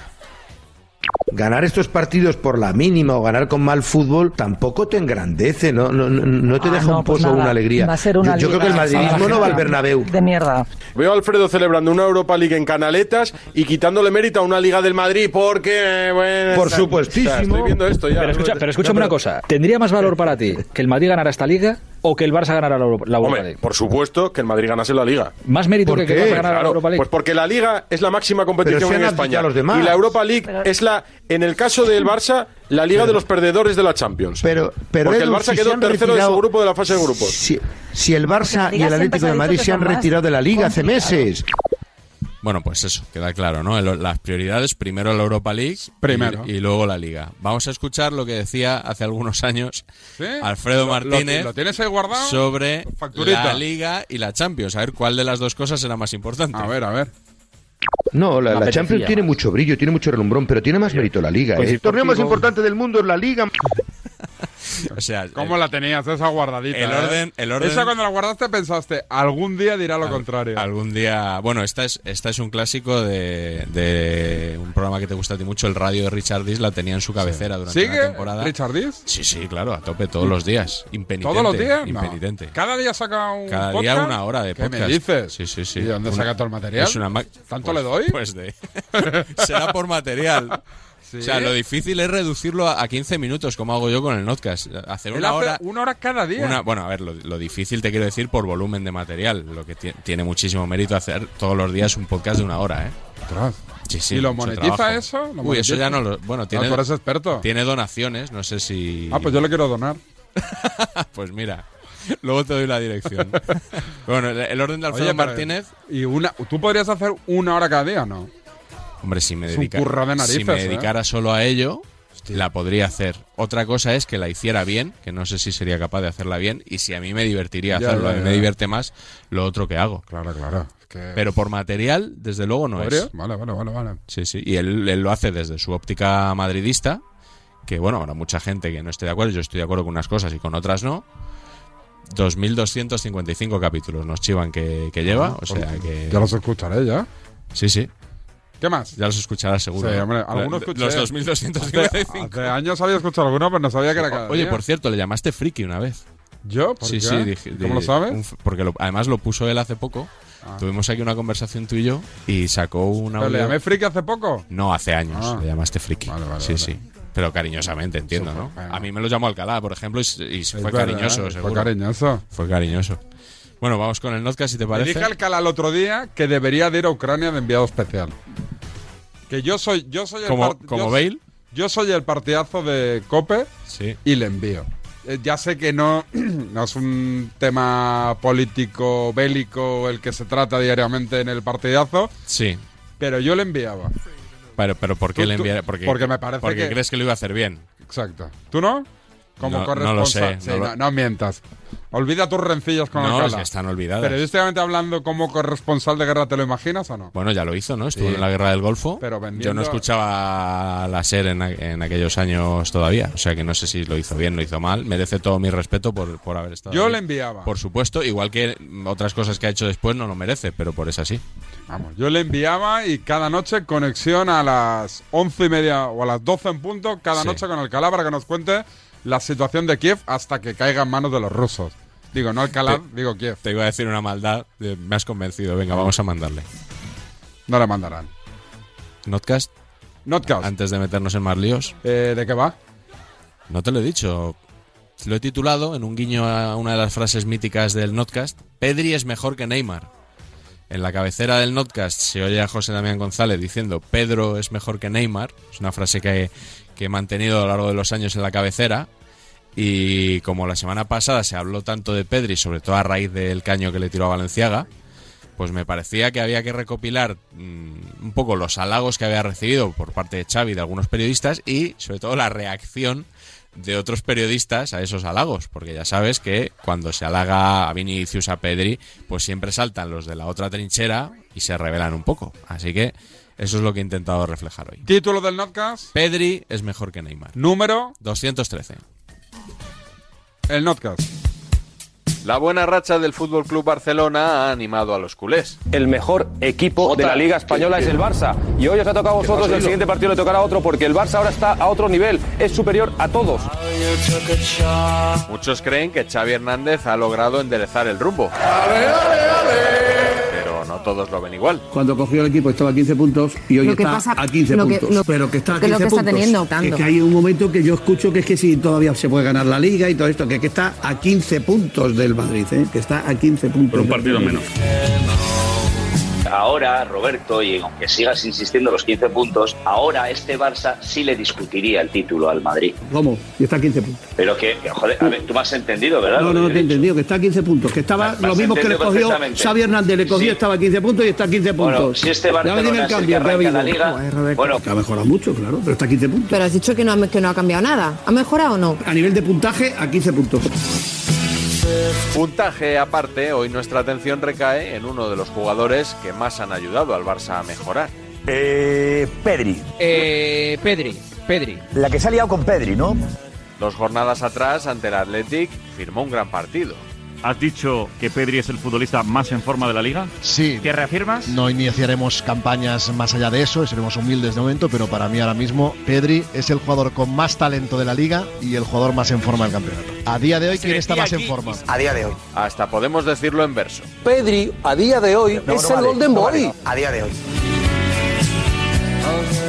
Speaker 9: Ganar estos partidos por la mínima o ganar con mal fútbol tampoco te engrandece, no, no, no- no te
Speaker 10: Ah,
Speaker 9: deja
Speaker 10: no,
Speaker 9: un
Speaker 10: pues
Speaker 9: pozo o
Speaker 10: nada.
Speaker 9: una alegría.
Speaker 10: Va a ser
Speaker 9: Yo-
Speaker 10: una
Speaker 9: yo, creo que el
Speaker 10: liga
Speaker 9: madridismo no va al
Speaker 10: salvaje.
Speaker 9: Bernabéu.
Speaker 10: De mierda.
Speaker 3: Veo a Alfredo celebrando una Europa League en canaletas y quitándole mérito a una Liga del Madrid porque, bueno...
Speaker 9: Por
Speaker 3: está-
Speaker 9: supuestísimo.
Speaker 3: o sea, Estoy viendo esto ya.
Speaker 10: Pero, escucha, pero escúchame una cosa. ¿Tendría más valor para ti que el Madrid ganara esta liga o que el Barça ganara la Europa, la Europa
Speaker 3: Hombre,
Speaker 10: League?
Speaker 3: por supuesto que el Madrid ganase la Liga.
Speaker 10: Más mérito
Speaker 9: ¿Por
Speaker 10: que que el
Speaker 9: qué?
Speaker 10: Barça ganara la
Speaker 3: Claro,
Speaker 10: Europa League.
Speaker 3: pues porque la Liga es la máxima competición
Speaker 9: Pero si han
Speaker 3: en
Speaker 9: abdicado
Speaker 3: España.
Speaker 9: los demás.
Speaker 3: Y la Europa League es la, en el caso del Barça, la Liga de los perdedores de la Champions.
Speaker 9: Pero, pero
Speaker 3: porque
Speaker 9: Edu,
Speaker 3: el Barça
Speaker 9: si se
Speaker 3: quedó
Speaker 9: han
Speaker 3: tercero de
Speaker 9: retirado-
Speaker 3: su grupo de la fase de grupos.
Speaker 9: Si, si el
Speaker 10: la
Speaker 9: Barça
Speaker 10: liga
Speaker 9: y el
Speaker 10: siempre
Speaker 9: Atlético
Speaker 10: se ha
Speaker 9: de
Speaker 10: dicho
Speaker 9: Madrid
Speaker 10: que
Speaker 9: se han
Speaker 10: es más
Speaker 9: retirado de la liga hace
Speaker 10: complicado.
Speaker 9: meses.
Speaker 2: Bueno, pues eso, queda claro, ¿no? El- Las prioridades, primero la Europa League
Speaker 1: Primero.
Speaker 2: Y, y luego la Liga. Vamos a escuchar lo que decía hace algunos años
Speaker 1: ¿Sí?
Speaker 2: Alfredo
Speaker 1: Lo- lo-
Speaker 2: Martínez.
Speaker 1: ¿Lo, tienes ahí guardado?
Speaker 2: sobre
Speaker 1: Facturita.
Speaker 2: la Liga y la Champions. A ver cuál de las dos cosas era más importante.
Speaker 1: A ver, a ver.
Speaker 9: No, la, la
Speaker 10: apetecía
Speaker 9: Champions
Speaker 10: más.
Speaker 9: tiene mucho brillo, tiene mucho relumbrón, pero tiene más mérito la liga.
Speaker 10: Pues
Speaker 9: ¿eh?
Speaker 10: sí,
Speaker 9: El torneo más
Speaker 10: contigo.
Speaker 9: importante del mundo es la liga.
Speaker 2: <laughs> O sea,
Speaker 1: ¿Cómo
Speaker 2: eh,
Speaker 1: la tenías esa guardadita?
Speaker 2: el
Speaker 1: eh?
Speaker 2: orden- el orden-
Speaker 1: Esa cuando la guardaste pensaste, algún día dirá lo
Speaker 2: al-
Speaker 1: contrario.
Speaker 2: Algún día. Bueno, esta es, esta es un clásico de, de un programa que te gusta a ti mucho. El radio de Richard Dis la tenía en su cabecera durante la
Speaker 1: ¿Sigue
Speaker 2: temporada.
Speaker 1: Richard Díaz?
Speaker 2: Sí, sí, claro, a tope todos los días. Impenitente.
Speaker 1: ¿Todos los días? No.
Speaker 2: Impenitente.
Speaker 1: Cada día saca un
Speaker 2: Cada
Speaker 1: podcast.
Speaker 2: día una hora de podcast.
Speaker 1: ¿Qué me dices?
Speaker 2: Sí, sí, sí.
Speaker 1: ¿Y de dónde
Speaker 2: Una-
Speaker 1: saca todo el material?
Speaker 2: es una ma-
Speaker 1: ¿Tanto
Speaker 2: pues-
Speaker 1: le doy?
Speaker 2: Pues de. <laughs> Será por material.
Speaker 1: Sí.
Speaker 2: O sea, lo difícil es reducirlo a a 15 minutos, como hago yo con el Notcast. Hacer
Speaker 1: Él
Speaker 2: una
Speaker 1: hace
Speaker 2: hora.
Speaker 1: una hora cada día.
Speaker 2: Una- bueno, a ver, lo, lo difícil te quiero decir por volumen de material. Lo que ti- tiene muchísimo mérito hacer todos los días un podcast de una hora, ¿eh?
Speaker 1: Ostras.
Speaker 2: Sí, sí,
Speaker 1: ¿Y lo
Speaker 2: mucho
Speaker 1: monetiza
Speaker 2: trabajo.
Speaker 1: eso? ¿Lo
Speaker 2: Uy,
Speaker 1: monetiza?
Speaker 2: eso ya no lo. Bueno,
Speaker 1: Ah,
Speaker 2: tiene,
Speaker 1: tú eres experto.
Speaker 2: tiene donaciones, no sé si.
Speaker 1: Ah, pues yo le quiero donar.
Speaker 2: <laughs> Pues mira, luego te doy
Speaker 1: <laughs>
Speaker 2: la dirección. bueno, el, el orden de Alfredo
Speaker 1: Oye, pero-
Speaker 2: Martínez.
Speaker 1: Y una, tú podrías hacer una hora cada día, ¿no?
Speaker 2: Hombre, si me,
Speaker 1: Es un
Speaker 2: dedica-
Speaker 1: curro de
Speaker 2: si
Speaker 1: narices,
Speaker 2: me
Speaker 1: ¿eh?
Speaker 2: dedicara solo a ello, la podría hacer. Otra cosa es que la hiciera bien, que no sé si sería capaz de hacerla bien, y si a mí me divertiría
Speaker 1: Ya,
Speaker 2: hacerlo,
Speaker 1: ya,
Speaker 2: a mí
Speaker 1: ya.
Speaker 2: me divierte más lo otro que hago.
Speaker 1: Claro, claro. Es que-
Speaker 2: Pero por material, desde luego no
Speaker 1: ¿Podría?
Speaker 2: es.
Speaker 1: Vale, vale, vale, vale.
Speaker 2: Sí, sí. Y él, él lo hace desde su óptica madridista, que bueno, habrá mucha gente que no esté de acuerdo, yo estoy de acuerdo con unas cosas y con otras no. 2.255 capítulos nos chivan que, que lleva, o sea que...
Speaker 1: Ah, pues, Ya los escucharé, ya.
Speaker 2: Sí, sí,
Speaker 1: ¿Qué más?
Speaker 2: ya los escucharás seguro.
Speaker 1: Sí,
Speaker 2: ¿no?
Speaker 1: hombre, alguno escuché.
Speaker 2: Los
Speaker 1: Hace,
Speaker 2: 2.255.
Speaker 1: hace años había escuchado alguno, pero no sabía que era cada
Speaker 2: Oye,
Speaker 1: día.
Speaker 2: por cierto, le llamaste friki una vez.
Speaker 1: ¿Yo? ¿Por
Speaker 2: Sí,
Speaker 1: qué?
Speaker 2: sí, dije-
Speaker 1: ¿Cómo lo
Speaker 2: di-
Speaker 1: sabes?
Speaker 2: un f- porque lo- además lo puso él hace poco. Tuvimos aquí una conversación tú y yo y sacó una.
Speaker 1: ¿Pero le llamé friki hace poco?
Speaker 2: No, hace años.
Speaker 1: Ah.
Speaker 2: Le llamaste friki.
Speaker 1: Vale, vale,
Speaker 2: sí,
Speaker 1: vale.
Speaker 2: sí. Pero cariñosamente, entiendo, ¿no? A mí me lo llamó Alcalá, por ejemplo, y, s- y fue
Speaker 1: verdad,
Speaker 2: cariñoso,
Speaker 1: fue
Speaker 2: seguro.
Speaker 1: cariñoso.
Speaker 2: Fue cariñoso. Bueno, vamos con el Notcast, si te
Speaker 1: Le
Speaker 2: parece.
Speaker 1: dije a Alcalá el otro día que debería de ir a Ucrania de enviado especial. Que yo soy, yo soy el
Speaker 2: Como-
Speaker 1: part-
Speaker 2: como
Speaker 1: yo-
Speaker 2: Bale.
Speaker 1: Yo soy el partidazo de Cope
Speaker 2: Sí.
Speaker 1: y le envío. Eh, Ya sé que no, <clears throat> no es un tema político bélico el que se trata diariamente en el partidazo,
Speaker 2: Sí.
Speaker 1: pero yo le enviaba.
Speaker 2: Pero, pero ¿por qué
Speaker 1: Tú-
Speaker 2: le
Speaker 1: tú-
Speaker 2: enviara? Porque,
Speaker 1: porque me parece
Speaker 2: porque
Speaker 1: que-
Speaker 2: crees que lo iba a hacer bien.
Speaker 1: Exacto. ¿Tú no? Como
Speaker 2: No-
Speaker 1: corresponsal.
Speaker 2: no lo sé,
Speaker 1: Sí,
Speaker 2: no
Speaker 1: no,
Speaker 2: lo-
Speaker 1: no mientas. Olvida tus rencillas con
Speaker 2: No,
Speaker 1: Alcalá.
Speaker 2: ya están olvidadas.
Speaker 1: Periodísticamente hablando como corresponsal de guerra, ¿te lo imaginas o no?
Speaker 2: Bueno, ya lo hizo, ¿no? Estuvo
Speaker 1: Sí.
Speaker 2: en la guerra del Golfo.
Speaker 1: Pero vendiendo-
Speaker 2: Yo no escuchaba la SER en, a- en aquellos años todavía. O sea que no sé si lo hizo bien, lo hizo mal. Merece todo mi respeto por, por haber estado.
Speaker 1: Yo
Speaker 2: ahí.
Speaker 1: le enviaba.
Speaker 2: Por supuesto, igual que otras cosas que ha hecho después no lo merece, pero por esa sí.
Speaker 1: Vamos, yo le enviaba y cada noche conexión a las once y media o a las doce en punto, cada
Speaker 2: Sí.
Speaker 1: noche con Alcalá para que nos cuente la situación de Kiev hasta que caiga en manos de los rusos. Digo, no Alcalá,
Speaker 2: Te-
Speaker 1: digo Kiev.
Speaker 2: Te iba a decir una maldad, eh, me has convencido. Venga, vamos a mandarle.
Speaker 1: No la mandarán.
Speaker 2: Notcast,
Speaker 1: Notcast,
Speaker 2: antes de meternos en más líos,
Speaker 1: eh, ¿de qué va?
Speaker 2: no te lo he dicho. Lo he titulado en un guiño a una de las frases míticas del Notcast: Pedri es mejor que Neymar. En la cabecera del Notcast se oye a José Damián González diciendo Pedro es mejor que Neymar. Es una frase que, que he mantenido a lo largo de los años en la cabecera. Y como la semana pasada se habló tanto de Pedri, sobre todo a raíz del caño que le tiró a Valenciaga, pues me parecía que había que recopilar mm, un poco los halagos que había recibido por parte de Xavi de algunos periodistas y sobre todo la reacción de otros periodistas a esos halagos, porque ya sabes que cuando se halaga a Vinicius a Pedri, pues siempre saltan los de la otra trinchera y se revelan un poco. Así que eso es lo que he intentado reflejar hoy.
Speaker 1: Título del Notcast,
Speaker 2: Pedri es mejor que Neymar.
Speaker 1: número,
Speaker 2: 213.
Speaker 1: el Notcast.
Speaker 11: La buena racha del Fútbol Club Barcelona ha animado a los culés.
Speaker 12: pues, El mejor equipo de la Liga Española es el Barça. Y hoy os ha tocado a vosotros, el siguiente partido le tocará a otro, porque el Barça ahora está a otro nivel, es superior a todos.
Speaker 11: Muchos creen que Xavi Hernández ha logrado enderezar el rumbo. Pero no todos lo ven igual.
Speaker 9: Cuando cogió el equipo estaba a 15 puntos y hoy
Speaker 4: Lo que
Speaker 9: está
Speaker 4: pasa-
Speaker 9: a 15
Speaker 4: lo que-
Speaker 9: puntos.
Speaker 4: lo-
Speaker 9: pero que está a
Speaker 4: que
Speaker 9: 15
Speaker 4: lo que está
Speaker 9: puntos.
Speaker 4: teniendo, tanto.
Speaker 9: Es que hay un momento que yo escucho que es que si todavía se puede ganar la liga y todo esto, que, que está a 15 puntos del Madrid, ¿eh? que está a 15 puntos.
Speaker 13: Por un partido menos.
Speaker 14: Ahora, Roberto, y aunque sigas insistiendo en los 15 puntos, ahora este Barça sí le discutiría el título al Madrid.
Speaker 9: ¿Cómo? Y está a 15 puntos.
Speaker 14: Pero que, que, joder, a ver, tú me has entendido, ¿verdad?
Speaker 9: No,
Speaker 14: Lo
Speaker 9: no, no
Speaker 14: que
Speaker 9: te he entendido, que está a 15 puntos, que estaba
Speaker 14: me
Speaker 9: lo
Speaker 14: has
Speaker 9: mismo que le
Speaker 14: entendido
Speaker 9: cogió
Speaker 14: perfectamente.
Speaker 9: Xavi Hernández, le cogió,
Speaker 14: Sí.
Speaker 9: estaba a 15 puntos y está a 15
Speaker 14: Bueno,
Speaker 9: puntos.
Speaker 14: si este
Speaker 9: Ya me
Speaker 14: Barcelona
Speaker 9: dime
Speaker 14: es
Speaker 9: el
Speaker 14: el que
Speaker 9: cambio,
Speaker 14: arranca
Speaker 9: David.
Speaker 14: la liga,
Speaker 9: Joder, Roberto, que ha mejorado mucho, claro, pero está a 15 puntos.
Speaker 4: Pero has dicho que no, ha- que no ha cambiado nada. ¿Ha mejorado o no?
Speaker 9: A nivel de puntaje, a 15 puntos.
Speaker 11: Puntaje aparte, hoy nuestra atención recae en uno de los jugadores que más han ayudado al Barça a mejorar. Pedri.
Speaker 15: Eh, Pedri, Pedri.
Speaker 11: La que se ha liado con Pedri, ¿no? Dos jornadas atrás, ante el Athletic, firmó un gran partido.
Speaker 5: ¿Has dicho que Pedri es el futbolista más en forma de la liga?
Speaker 16: Sí.
Speaker 5: ¿Te reafirmas?
Speaker 16: No iniciaremos campañas más allá de eso, seremos humildes de momento, pero para mí ahora mismo Pedri es el jugador con más talento de la liga y el jugador más en forma del campeonato. A día de hoy, ¿quién está más en forma?
Speaker 11: A día de hoy. Hasta podemos decirlo en verso.
Speaker 17: Pedri, a día de hoy,
Speaker 11: No,
Speaker 17: es
Speaker 11: no vale,
Speaker 17: el Golden
Speaker 11: no
Speaker 17: Boy.
Speaker 11: vale,
Speaker 17: a día de hoy.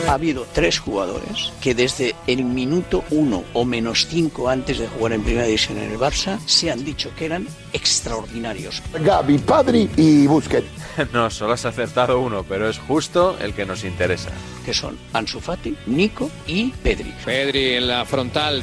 Speaker 14: Ha habido tres jugadores que desde el minuto uno o menos cinco antes de jugar en Primera División en el Barça se han dicho que eran extraordinarios.
Speaker 18: Gaby, Padri y Busquets.
Speaker 11: <laughs> No, solo has acertado uno, pero es justo el que nos interesa. Que son Ansu Fati, Nico y Pedri. Pedri en la frontal.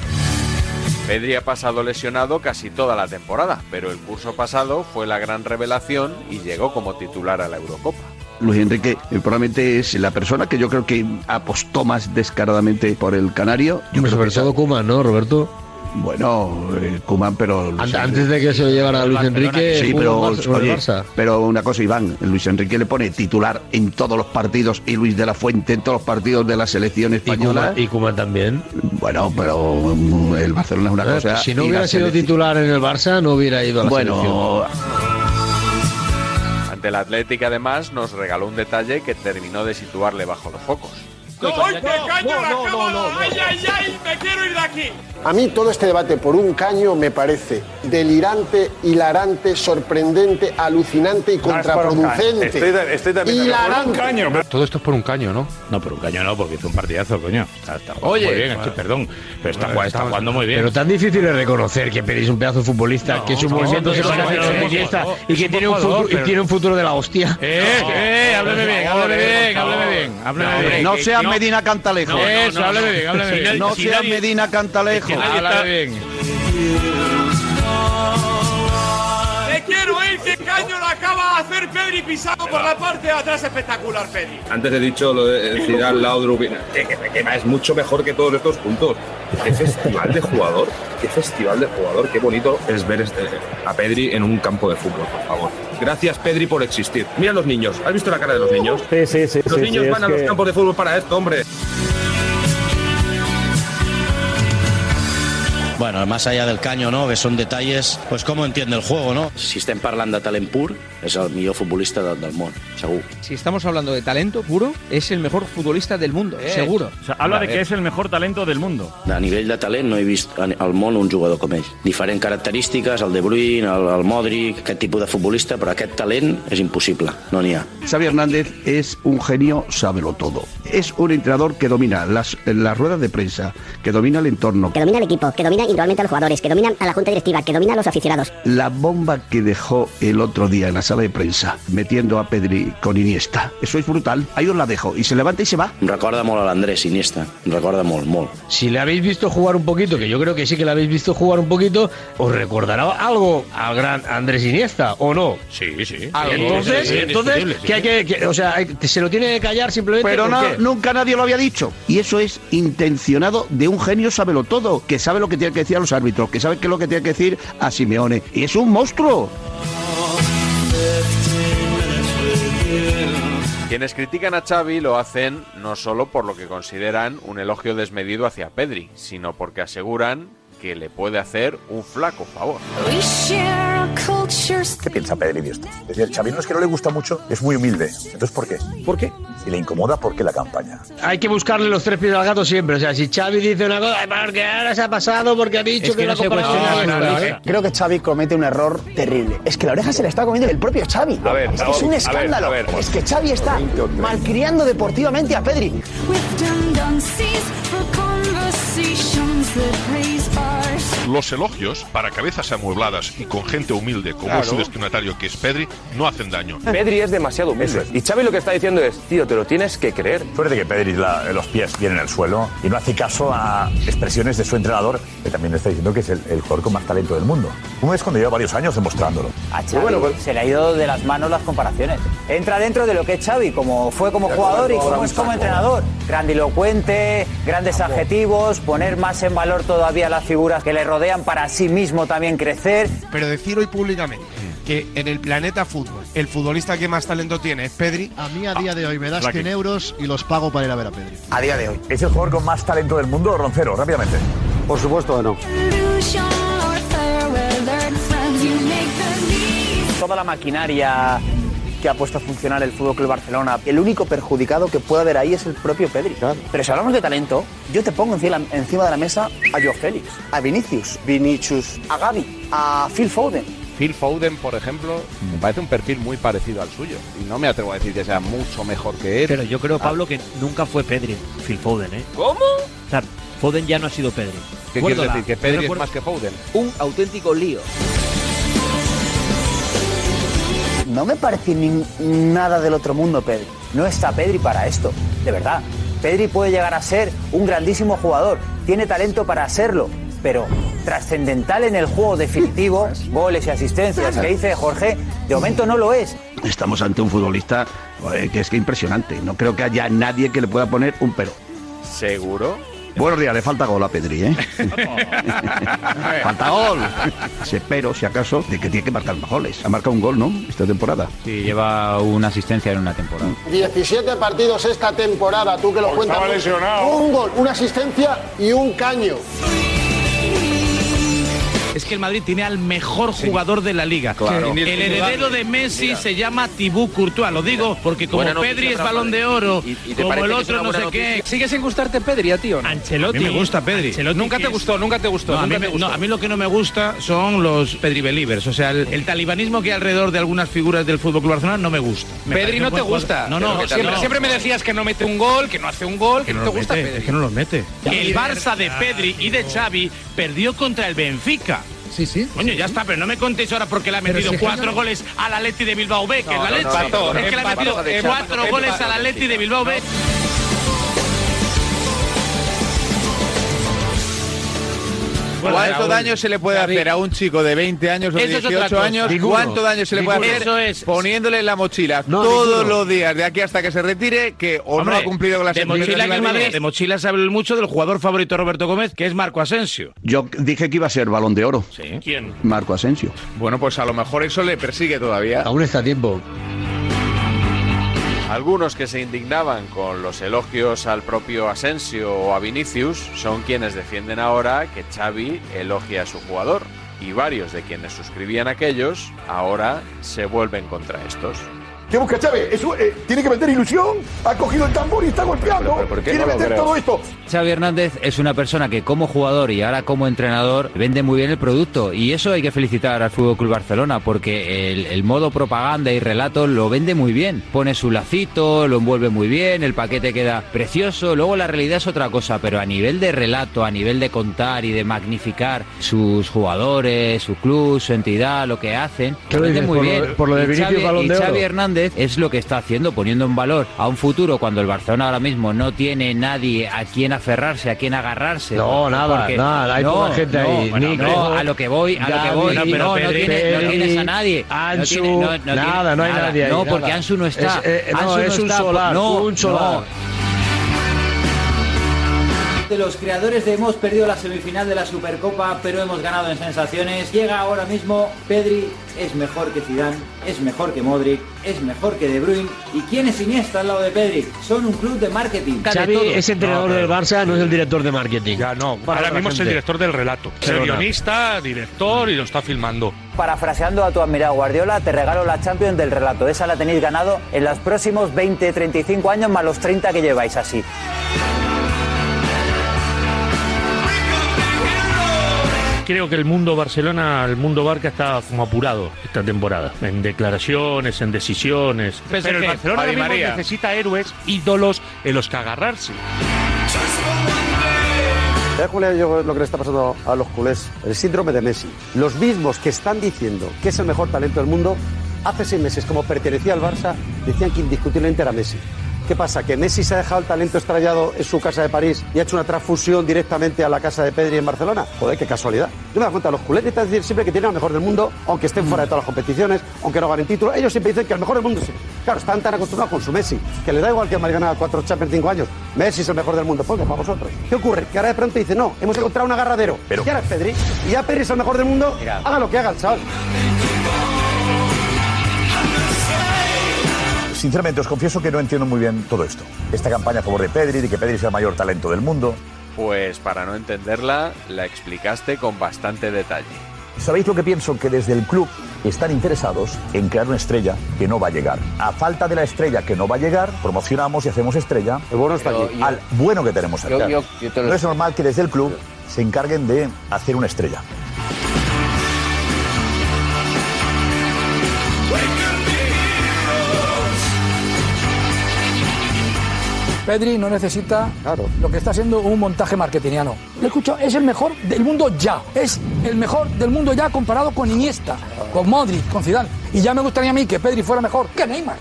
Speaker 11: Pedri ha pasado lesionado casi toda la temporada, pero el curso pasado fue la gran revelación y llegó como titular a la Eurocopa.
Speaker 19: Luis Enrique eh, probablemente es la persona que yo creo que apostó más descaradamente por el canario. Yo creo
Speaker 20: sobre
Speaker 19: que esa-
Speaker 20: todo Kuman, ¿no, Roberto?
Speaker 19: bueno, Cuman, pero Luis
Speaker 20: An-
Speaker 19: Enrique-
Speaker 20: antes de que se lo llevara Luis Enrique,
Speaker 19: Sí,
Speaker 20: eh, jugó
Speaker 19: pero,
Speaker 20: en Barça- con el
Speaker 19: oye,
Speaker 20: Barça.
Speaker 19: pero una cosa, Iván, Luis Enrique le pone titular en todos los partidos y Luis de la Fuente en todos los partidos de la selección española.
Speaker 20: Y Kuman también.
Speaker 19: Bueno, pero mm, el Barcelona es una
Speaker 20: Eh,
Speaker 19: cosa.
Speaker 20: si
Speaker 19: y
Speaker 20: no
Speaker 19: la
Speaker 20: hubiera sido
Speaker 19: selección-
Speaker 20: titular en el Barça, no hubiera ido a la
Speaker 19: Bueno,
Speaker 20: selección.
Speaker 11: Ante el Atlético, además, nos regaló un detalle que terminó de situarle bajo los focos.
Speaker 21: ¡Ay, me caño la cámara! ¡Ay, ay, ay! ¡Me quiero ir de aquí!
Speaker 20: A mí todo este debate por un caño me parece delirante, hilarante, sorprendente, alucinante y contraproducente. Hilarante.
Speaker 22: Todo esto es por un caño, ¿no?
Speaker 23: No, por un caño no, porque hizo un partidazo, coño. Está, está jugando
Speaker 22: Oye,
Speaker 23: muy bien,
Speaker 22: bueno.
Speaker 23: es que, perdón, pero está,
Speaker 22: Bueno,
Speaker 23: jugando- está
Speaker 22: estamos-
Speaker 23: jugando muy bien.
Speaker 24: Pero tan difícil es reconocer que pedís un pedazo de futbolista, que su
Speaker 23: no,
Speaker 24: movimiento se
Speaker 23: pero
Speaker 24: parece
Speaker 23: no,
Speaker 24: a los
Speaker 23: no,
Speaker 24: de Iniesta
Speaker 23: no,
Speaker 24: y
Speaker 23: es
Speaker 24: que
Speaker 23: un
Speaker 24: tiene
Speaker 23: buen
Speaker 24: un,
Speaker 23: jugador,
Speaker 24: futuro, y
Speaker 23: pero-
Speaker 24: tiene un futuro de la hostia.
Speaker 23: Eh, eh, hábleme bien, hábleme bien, hábleme bien, hábleme
Speaker 24: No,
Speaker 23: bien.
Speaker 24: no
Speaker 23: Que-
Speaker 24: seas
Speaker 23: que
Speaker 25: Medina Cantalejo.
Speaker 23: No, no, no,
Speaker 25: Eso, háblame
Speaker 23: no.
Speaker 25: bien, háblame
Speaker 23: Si
Speaker 25: bien.
Speaker 23: nadie-
Speaker 25: No
Speaker 23: si
Speaker 25: seas
Speaker 23: nadie-
Speaker 25: Medina Cantalejo.
Speaker 23: es que nadie está-
Speaker 25: Háblame bien.
Speaker 21: Te quiero ir, que caño la acaba de hacer Pedri pisado por la parte de atrás. Espectacular, Pedri.
Speaker 12: Antes he dicho lo de Zidane, Laudrup, que, que- que es mucho mejor que todos estos puntos. Qué festival de jugador, qué festival de jugador, qué bonito es ver este- a Pedri en un campo de fútbol, por favor. Gracias Pedri por existir. Mira los niños, ¿has visto la cara de los niños?
Speaker 5: Sí, sí, sí.
Speaker 12: Los
Speaker 5: sí,
Speaker 12: niños
Speaker 5: sí,
Speaker 12: van
Speaker 5: es
Speaker 12: a los
Speaker 5: que-
Speaker 12: campos de fútbol para esto, hombre.
Speaker 14: Bueno, más allá del caño, ¿no? Que son detalles, pues cómo entiende el juego, ¿no? Si estem parlant de talent pur, és el millor futbolista del, del món, segur.
Speaker 26: Si estamos hablando de talento puro, es el mejor futbolista del mundo, seguro.
Speaker 5: O sea, habla de que es el mejor talento del mundo.
Speaker 14: A nivell de talent no he vist en- al món un jugador com ell. Diferents característiques, el De Bruyne, el, el Modric, aquest tipus de futbolista, però aquest talent és impossible, no n'hi ha.
Speaker 9: Xavi Hernández es un genio, sábelo todo. Es un entrenador que domina las, las ruedas de prensa, que domina el entorno.
Speaker 27: Que domina el equipo, que domina individualmente a los jugadores, que domina a la junta directiva, que domina a los aficionados.
Speaker 9: La bomba que dejó el otro día en la sala de prensa, metiendo a Pedri con Iniesta. Eso es brutal. Ahí os la dejo. Y se levanta y se va.
Speaker 14: Em recorda molt a l'Andrés Iniesta, em recorda molt, molt.
Speaker 24: Si le habéis visto jugar un poquito, que yo creo que sí que le habéis visto jugar un poquito, os recordará algo al gran Andrés Iniesta, ¿o no?
Speaker 23: Sí, sí.
Speaker 24: Algo. entonces, entonces que hay que, que- o sea, hay- se lo tiene que callar simplemente.
Speaker 9: Pero
Speaker 24: ¿por
Speaker 9: no,
Speaker 24: qué?
Speaker 9: nunca nadie lo había dicho. Y eso es intencionado de un genio, sábelo todo, que sabe lo que tiene que decir a los árbitros, que sabe qué es lo que tiene que decir a Simeone. Y es un monstruo.
Speaker 2: Quienes critican a Xavi lo hacen no solo por lo que consideran un elogio desmedido hacia Pedri, sino porque aseguran que le puede hacer un flaco favor.
Speaker 11: ¿Qué piensa Pedri de esto? Es decir, Xavi no es que no le gusta mucho, es muy humilde. Entonces, ¿por qué? ¿Por qué? Si le incomoda, ¿por qué la campaña?
Speaker 24: Hay que buscarle los tres pies al gato siempre. O sea, si Xavi dice una cosa, "Ay, porque ahora se ha pasado, porque ha dicho
Speaker 11: Es que
Speaker 24: que, la
Speaker 11: no se
Speaker 12: Ah,
Speaker 24: comparaba
Speaker 11: cuestiona
Speaker 24: con
Speaker 11: nada,
Speaker 24: Iniesta".
Speaker 11: ¿eh?
Speaker 4: Creo que Xavi comete un error terrible. Es que la oreja se la está comiendo el propio Xavi.
Speaker 11: A ver,
Speaker 4: es, que
Speaker 11: vamos,
Speaker 4: es
Speaker 11: a
Speaker 4: un
Speaker 11: ver,
Speaker 4: escándalo.
Speaker 11: a ver.
Speaker 4: Es que Xavi está malcriando deportivamente a Pedri.
Speaker 28: Los elogios para cabezas amuebladas y con gente humilde como
Speaker 29: Claro.
Speaker 28: su destinatario que es Pedri no hacen daño.
Speaker 29: Pedri es demasiado humilde.
Speaker 11: Eso es.
Speaker 29: Y Xavi lo que está diciendo es, tío, te lo tienes que creer.
Speaker 11: Suerte que Pedri la- los pies tienen el suelo y no hace caso a expresiones de su entrenador, que también está diciendo que es el, el jugador con más talento del mundo. Un es cuando lleva varios años demostrándolo.
Speaker 4: A Xavi se le ha ido de las manos las comparaciones. Entra dentro de lo que es Xavi, como fue como
Speaker 11: Ya,
Speaker 4: jugador y
Speaker 11: ahora
Speaker 4: como
Speaker 11: un
Speaker 4: es como
Speaker 11: saco.
Speaker 4: entrenador. Grandilocuente, grandes adjetivos, poner más en valor todavía las figuras que le rodean para sí mismo también crecer.
Speaker 30: Pero decir hoy públicamente que en el planeta fútbol el futbolista que más talento tiene es Pedri.
Speaker 31: A mí a día de hoy me das
Speaker 30: Blacky.
Speaker 31: 100 euros y los pago para ir a ver a Pedri.
Speaker 11: A día de hoy. ¿Es el jugador con más talento del mundo, Roncero? Rápidamente. Por supuesto que no.
Speaker 4: Toda la maquinaria que ha puesto a funcionar el Fútbol Club Barcelona, el único perjudicado que puede haber ahí es el propio Pedri. Pero si hablamos de talento, yo te pongo encima, encima de la mesa a Joao Félix, a Vinicius, Vinicius, a Gavi, a Phil Foden.
Speaker 2: Phil Foden, por ejemplo,
Speaker 12: Me parece un perfil muy parecido al suyo. Y no me atrevo a decir que sea mucho mejor que él.
Speaker 23: Pero yo creo, Pablo, que nunca fue Pedri, Phil Foden, ¿eh?
Speaker 12: ¿Cómo?
Speaker 23: O sea, Foden ya no ha sido Pedri.
Speaker 12: ¿Qué
Speaker 23: Guardiola,
Speaker 12: quieres decir? ¿Que
Speaker 23: yo
Speaker 12: Pedri es
Speaker 23: recuerdo-
Speaker 12: más que Foden?
Speaker 4: Un auténtico lío. No me parece ni- nada del otro mundo, Pedri. No está Pedri para esto, de verdad. Pedri puede llegar a ser un grandísimo jugador, tiene talento para serlo, pero trascendental en el juego definitivo,
Speaker 9: <laughs>
Speaker 4: goles y asistencias que dice Jorge, de momento no lo es.
Speaker 9: Estamos ante un futbolista joder, que es que impresionante. No creo que haya nadie que le pueda poner un pero.
Speaker 2: ¿Seguro?
Speaker 9: Buenos días, le falta gol a Pedri, ¿eh? ¡Falta gol! Espero, <laughs> si acaso, de que tiene que marcar más goles. Ha marcado un gol, ¿no? Esta temporada.
Speaker 29: Sí, lleva una asistencia en una temporada.
Speaker 20: 17 partidos esta temporada, tú que lo cuentas.
Speaker 32: estaba
Speaker 20: muy-
Speaker 32: lesionado.
Speaker 20: Un gol, una asistencia y un caño.
Speaker 14: es que el Madrid tiene al mejor jugador de la liga.
Speaker 2: Claro.
Speaker 14: El heredero de Messi se llama Tibú Courtois, lo digo porque como
Speaker 2: Buena noticia,
Speaker 14: Pedri es
Speaker 2: Rafa. ¿eh?
Speaker 14: balón de oro,
Speaker 2: ¿Y- y te
Speaker 14: como
Speaker 2: parece
Speaker 14: el
Speaker 2: que es
Speaker 14: otro
Speaker 2: una
Speaker 14: no sé
Speaker 2: buena
Speaker 14: qué.
Speaker 2: noticia?
Speaker 14: ¿Sigue sin gustarte Pedri a ti o no? Ancelotti.
Speaker 2: A mí me gusta Pedri. Nunca te gustó,
Speaker 14: nunca te gustó. a, mí
Speaker 2: nunca
Speaker 14: me-
Speaker 2: te gustó.
Speaker 14: no, a mí lo que no me gusta son los Pedri believers, o sea, el, el talibanismo que hay alrededor de algunas figuras del Fútbol Club Barcelona no me gusta. Me parece
Speaker 12: Pedri no
Speaker 14: un
Speaker 12: te
Speaker 14: buen
Speaker 12: gusta.
Speaker 14: jugador. No, no,
Speaker 12: Pero que siempre,
Speaker 14: no.
Speaker 12: siempre me decías que no mete un gol, que no hace un gol, que no, te
Speaker 14: los
Speaker 12: gusta
Speaker 14: mete,
Speaker 12: Pedri.
Speaker 14: Es que no los mete. El Barça de Pedri y de Xavi perdió contra el Benfica. Sí, sí. Coño, ya está, pero no me contéis ahora porque le ha
Speaker 12: Pero
Speaker 14: metido
Speaker 12: si es que
Speaker 14: cuatro
Speaker 12: no-
Speaker 14: goles al Atleti de Bilbao B, que
Speaker 12: No,
Speaker 14: es la
Speaker 12: no,
Speaker 14: leche.
Speaker 12: no, empató,
Speaker 14: es que le ha
Speaker 12: empató
Speaker 14: metido
Speaker 12: con el
Speaker 14: cuatro
Speaker 12: Benfica.
Speaker 14: goles al Atleti de Bilbao B.
Speaker 12: ¿Cuánto daño se le puede hacer a un chico de 20 años o
Speaker 14: Eso es otra
Speaker 12: 18
Speaker 14: cosa.
Speaker 12: años?
Speaker 14: Ninguno.
Speaker 12: ¿Cuánto daño se le puede
Speaker 14: Ninguno.
Speaker 12: hacer
Speaker 14: Eso es.
Speaker 12: poniéndole en la mochila todos
Speaker 14: ninguno.
Speaker 12: los días, de aquí hasta que se retire, que o
Speaker 14: Hombre,
Speaker 12: no ha cumplido con las
Speaker 14: de mochila, que es Madrid, de mochila se habla mucho del jugador favorito de Roberto Gómez, que es Marco Asensio.
Speaker 33: Yo dije que iba a ser balón de oro.
Speaker 14: ¿Quién?
Speaker 33: Marco Asensio.
Speaker 12: Bueno, pues a lo mejor eso le persigue todavía.
Speaker 33: Aún está a tiempo.
Speaker 2: Algunos que se indignaban con los elogios al propio Asensio o a Vinicius son quienes defienden ahora que Xavi elogia a su jugador y varios de quienes suscribían aquellos ahora se vuelven contra estos.
Speaker 34: ¿Qué busca Chávez? Eso, eh, tiene que meter ilusión. Ha cogido el tambor y está golpeando.
Speaker 4: pero ¿por qué
Speaker 34: Quiere
Speaker 4: no lo
Speaker 34: meter
Speaker 4: creo?
Speaker 34: todo esto.
Speaker 4: Xavi Hernández es una persona que como jugador y ahora como entrenador vende muy bien el producto y eso hay que felicitar al Fútbol Club Barcelona porque el, el modo propaganda y relato lo vende muy bien. Pone su lacito, lo envuelve muy bien, el paquete queda precioso. Luego la realidad es otra cosa, pero a nivel de relato, a nivel de contar y de magnificar sus jugadores, su club, su entidad, lo que hacen,
Speaker 35: ¿Qué
Speaker 4: lo
Speaker 35: lo
Speaker 4: vende
Speaker 35: dices?
Speaker 4: muy
Speaker 35: Por lo
Speaker 4: bien.
Speaker 35: de- por lo de
Speaker 4: Y
Speaker 35: Vinicius,
Speaker 4: Xavi-
Speaker 35: Balón
Speaker 4: y
Speaker 35: de
Speaker 4: Xavi
Speaker 35: Oro.
Speaker 4: Hernández es lo que está haciendo, poniendo en valor a un futuro cuando el Barcelona ahora mismo no tiene nadie a quien aferrarse, a quien agarrarse.
Speaker 35: No, nada, nada, hay poca gente ahí.
Speaker 4: bueno,
Speaker 35: Nico,
Speaker 4: no, a lo que voy, a lo que voy.
Speaker 35: Gavi,
Speaker 4: no, no,
Speaker 35: Pedri,
Speaker 4: tiene- no tienes a
Speaker 35: Pedri,
Speaker 4: nadie. No
Speaker 35: Ansu,
Speaker 4: tiene- no- no tiene-
Speaker 35: nada, no hay
Speaker 4: nada.
Speaker 35: nadie ahí,
Speaker 4: No, porque
Speaker 35: nada.
Speaker 4: Ansu no está.
Speaker 35: Es, eh, no,
Speaker 4: Ansu
Speaker 35: es un
Speaker 4: está,
Speaker 35: solar,
Speaker 4: no,
Speaker 35: un solar.
Speaker 4: no, de los creadores de Hemos perdido la semifinal de la Supercopa, pero hemos ganado en sensaciones. Llega ahora mismo, Pedri es mejor que Zidane, es mejor que Modric, es mejor que De Bruyne. ¿Y quién es Iniesta al lado de Pedri? Son un club de marketing.
Speaker 35: Xavi es entrenador del Barça, no es el director de marketing.
Speaker 36: Ya no,
Speaker 35: Para
Speaker 36: ahora
Speaker 35: la
Speaker 36: mismo es el
Speaker 35: gente.
Speaker 36: director del relato. Es el
Speaker 35: Perdona.
Speaker 36: guionista, director y lo está filmando.
Speaker 37: Parafraseando a tu admirado Guardiola, te regalo la Champions del relato. Esa la tenéis ganado en los próximos 20, 35 años más los 30 que lleváis así.
Speaker 5: Creo que el mundo Barcelona, el mundo Barca está como apurado esta temporada, en declaraciones, en decisiones.
Speaker 34: Pensé
Speaker 36: Pero el
Speaker 34: que
Speaker 36: Barcelona ahora
Speaker 34: Adi
Speaker 36: mismo
Speaker 34: María.
Speaker 36: necesita héroes, ídolos en los que agarrarse.
Speaker 9: ¿Sabes cuál es yo- lo que le está pasando a los culés? El síndrome de Messi. Los mismos que están diciendo que es el mejor talento del mundo, hace seis meses, como pertenecía al Barça, decían que indiscutiblemente era Messi. ¿Qué pasa? ¿Que Messi se ha dejado el talento estrellado en su casa de París y ha hecho una transfusión directamente a la casa de Pedri en Barcelona? Joder, qué casualidad. Yo me doy cuenta, los culés intentan decir siempre que tienen al mejor del mundo, aunque estén fuera de todas las competiciones, aunque no ganen títulos. Ellos siempre dicen que el mejor del mundo es... Claro, están tan acostumbrados con su Messi, que le da igual que el Madrid ganara cuatro Champions en cinco años. Messi es el mejor del mundo, Pues ponga para vosotros. ¿Qué ocurre? Que ahora de pronto dice, no, hemos encontrado un agarradero.
Speaker 11: Pero-
Speaker 9: y ahora es Pedri. Y ya Pedri es el mejor del mundo, haga lo que haga el chaval.
Speaker 11: Sinceramente, os confieso que no entiendo muy bien todo esto. Esta campaña a favor de Pedri, de que Pedri sea el mayor talento del mundo.
Speaker 2: Pues para no entenderla, la explicaste con bastante detalle.
Speaker 11: ¿Sabéis lo que pienso? Que desde el club están interesados en crear una estrella que no va a llegar. A falta de la estrella que no va a llegar, promocionamos y hacemos estrella el bueno
Speaker 9: está aquí.
Speaker 11: al bueno que tenemos
Speaker 9: Yo-
Speaker 11: cerca.
Speaker 9: yo- yo te lo-
Speaker 11: No es normal que desde el club se encarguen de hacer una estrella.
Speaker 9: Pedri no necesita lo que está haciendo un montaje marketingiano. Le escucho, es el mejor del mundo ya. Es el mejor del mundo ya comparado con Iniesta, con Modric, con Zidane. Y ya me gustaría a mí que Pedri fuera mejor que Neymar.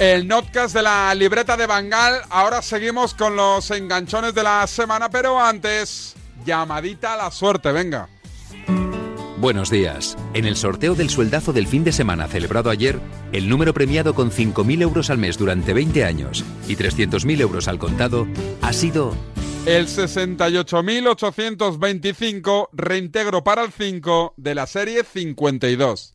Speaker 1: El notcast de la libreta de Bangal. Ahora seguimos con los enganchones de la semana, pero antes, llamadita a la suerte, venga.
Speaker 9: Buenos días. En el sorteo del sueldazo del fin de semana celebrado ayer, el número premiado con 5.000 euros al mes durante 20 años y 300.000 euros al contado ha sido
Speaker 1: El 68.825 reintegro para el 5 de la serie 52.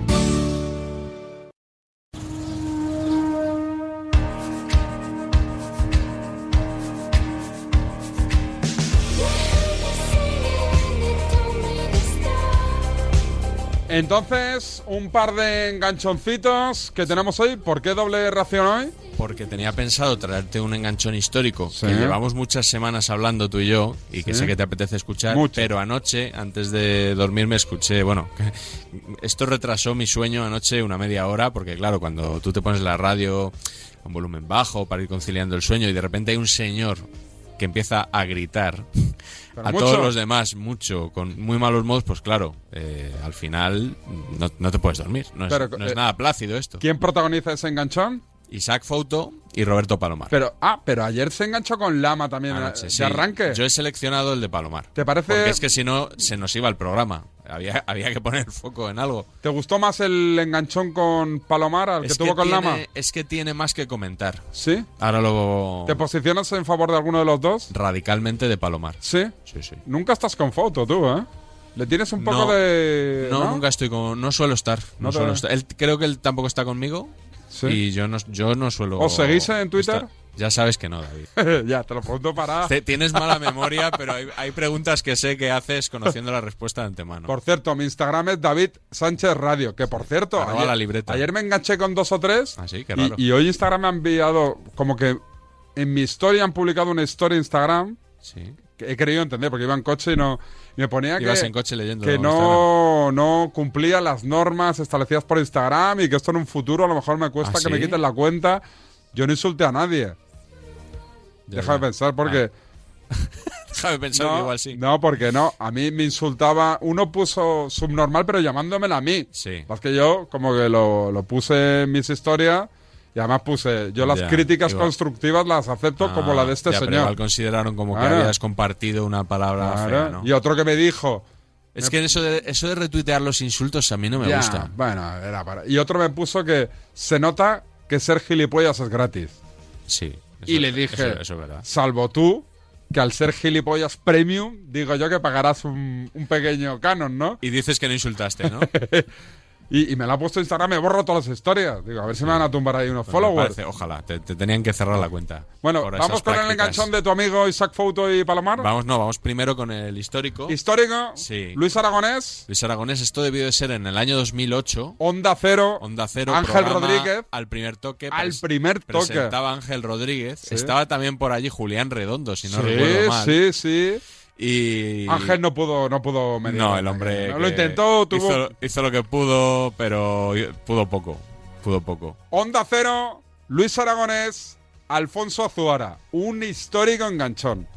Speaker 1: Entonces, un par de enganchoncitos que tenemos hoy. ¿Por qué doble ración hoy?
Speaker 2: Porque tenía pensado traerte un enganchón histórico que llevamos muchas semanas hablando tú y yo y que
Speaker 1: Sí.
Speaker 2: sé que te apetece escuchar,
Speaker 1: Mucho.
Speaker 2: pero anoche, antes de dormirme, escuché, bueno, esto retrasó mi sueño anoche una media hora porque claro, cuando tú te pones la radio con volumen bajo para ir conciliando el sueño y de repente hay un señor que empieza a gritar
Speaker 1: Pero
Speaker 2: a
Speaker 1: mucho.
Speaker 2: todos los demás mucho, con muy malos modos, pues claro, eh, al final no, no te puedes dormir, no es,
Speaker 1: Pero,
Speaker 2: no es
Speaker 1: eh,
Speaker 2: nada plácido esto.
Speaker 1: ¿Quién protagoniza ese enganchón?
Speaker 2: Isaac Fouto y Roberto Palomar.
Speaker 1: Pero, ah, pero ayer se enganchó con Lama también. eh,
Speaker 2: Anoche,
Speaker 1: ¿De
Speaker 2: Ah, sí.
Speaker 1: arranque?
Speaker 2: Yo he seleccionado el de Palomar.
Speaker 1: ¿Te parece-
Speaker 2: Porque es que si no, se nos iba el programa. Había, <laughs> había que poner el foco en algo.
Speaker 1: ¿Te gustó más el enganchón con Palomar al que
Speaker 2: Es
Speaker 1: tuvo
Speaker 2: que
Speaker 1: con
Speaker 2: tiene-
Speaker 1: Lama?
Speaker 2: Es que tiene más que comentar.
Speaker 1: ¿Sí?
Speaker 2: Ahora lo.
Speaker 1: ¿Te posicionas en favor de alguno de los dos?
Speaker 2: Radicalmente de Palomar.
Speaker 1: ¿Sí?
Speaker 2: Sí, sí.
Speaker 1: Nunca estás con foto tú, ¿eh? Le tienes un poco
Speaker 2: No.
Speaker 1: de...
Speaker 2: No, nunca estoy con. No suelo estar. No,
Speaker 1: No te-
Speaker 2: suelo estar. Él, creo que él tampoco está conmigo. Y yo no, yo no suelo.
Speaker 1: ¿Os seguís en Twitter?
Speaker 2: Ya sabes que no,
Speaker 1: <laughs> <laughs>
Speaker 2: David.
Speaker 1: ya, te lo pregunto para...
Speaker 2: Te- Tienes mala memoria, pero hay, hay preguntas que sé que haces conociendo la respuesta de antemano.
Speaker 1: Por cierto, mi Instagram es David Sánchez Radio, que por cierto,
Speaker 2: Arroba
Speaker 1: ayer,
Speaker 2: la libreta.
Speaker 1: ayer me enganché con dos o tres
Speaker 2: Así, que
Speaker 1: y-
Speaker 2: raro.
Speaker 1: y, hoy Instagram me ha enviado como que en mi historia han publicado una historia en Instagram
Speaker 2: Sí.
Speaker 1: que he querido entender porque iba en coche y no y me ponía
Speaker 2: Ibas
Speaker 1: que
Speaker 2: en coche leyendo
Speaker 1: que no no cumplía las normas establecidas por Instagram y que esto en un futuro a lo mejor me cuesta
Speaker 2: ¿Ah,
Speaker 1: que me
Speaker 2: sí?
Speaker 1: quiten la cuenta. Yo no insulté a nadie. Deja de pensar porque
Speaker 2: Déjame pensar
Speaker 1: no,
Speaker 2: que Ah, igual sí.
Speaker 1: No, porque no. A mí me insultaba. Uno puso subnormal, pero llamándomela a mí. Más que yo, como que lo, lo puse en mis historias. Y además puse. Yo las
Speaker 2: Ya,
Speaker 1: críticas
Speaker 2: igual. Ah,
Speaker 1: constructivas las acepto como la de este
Speaker 2: ya, pero
Speaker 1: señor.
Speaker 2: igual consideraron como que
Speaker 1: Claro.
Speaker 2: habías compartido una palabra
Speaker 1: Claro.
Speaker 2: fea, ¿no?
Speaker 1: Y otro que me dijo.
Speaker 2: Es que eso de, eso de retuitear los insultos a mí no me
Speaker 1: ya,
Speaker 2: gusta.
Speaker 1: Bueno, era para. Y otro me puso que se nota que ser gilipollas es gratis.
Speaker 2: Sí.
Speaker 1: y le
Speaker 2: eso-
Speaker 1: dije,
Speaker 2: eso- eso es verdad.
Speaker 1: salvo tú, que al ser gilipollas premium, digo yo que pagarás un, un pequeño canon, ¿no?
Speaker 2: Y dices que no
Speaker 1: <laughs>
Speaker 2: insultaste, ¿no?
Speaker 1: y, y me la ha puesto en Instagram, me borro todas las historias. Digo, a ver si me van a tumbar ahí unos
Speaker 2: Pues me
Speaker 1: followers.
Speaker 2: parece- ojalá, te, te tenían que cerrar la cuenta.
Speaker 1: Bueno,
Speaker 2: por
Speaker 1: vamos
Speaker 2: esas
Speaker 1: con el
Speaker 2: prácticas.
Speaker 1: enganchón de tu amigo Isaac Fouto y Palomar.
Speaker 2: Vamos, no, vamos primero con el histórico.
Speaker 1: Histórico,
Speaker 2: Sí.
Speaker 1: Luis Aragonés,
Speaker 2: Luis Aragonés, esto debió de ser en el año 2008.
Speaker 1: Onda Cero,
Speaker 2: Onda Cero,
Speaker 1: Ángel
Speaker 2: programa Ah,
Speaker 1: Rodríguez.
Speaker 2: Al primer toque.
Speaker 1: Al
Speaker 2: pres-
Speaker 1: primer toque.
Speaker 2: Presentaba Ángel Rodríguez.
Speaker 1: Sí.
Speaker 2: Estaba también por allí Julián Redondo, si no
Speaker 1: Sí,
Speaker 2: recuerdo mal.
Speaker 1: sí, sí.
Speaker 2: Y...
Speaker 1: Ángel no pudo, no pudo medir.
Speaker 2: No, el hombre.
Speaker 1: No,
Speaker 2: que
Speaker 1: Lo intentó, tuvo.
Speaker 2: Hizo, hizo lo que pudo, pero pudo poco. Pudo poco.
Speaker 1: Onda Cero, Luis Aragonés, Alfonso Azuara. Un histórico enganchón.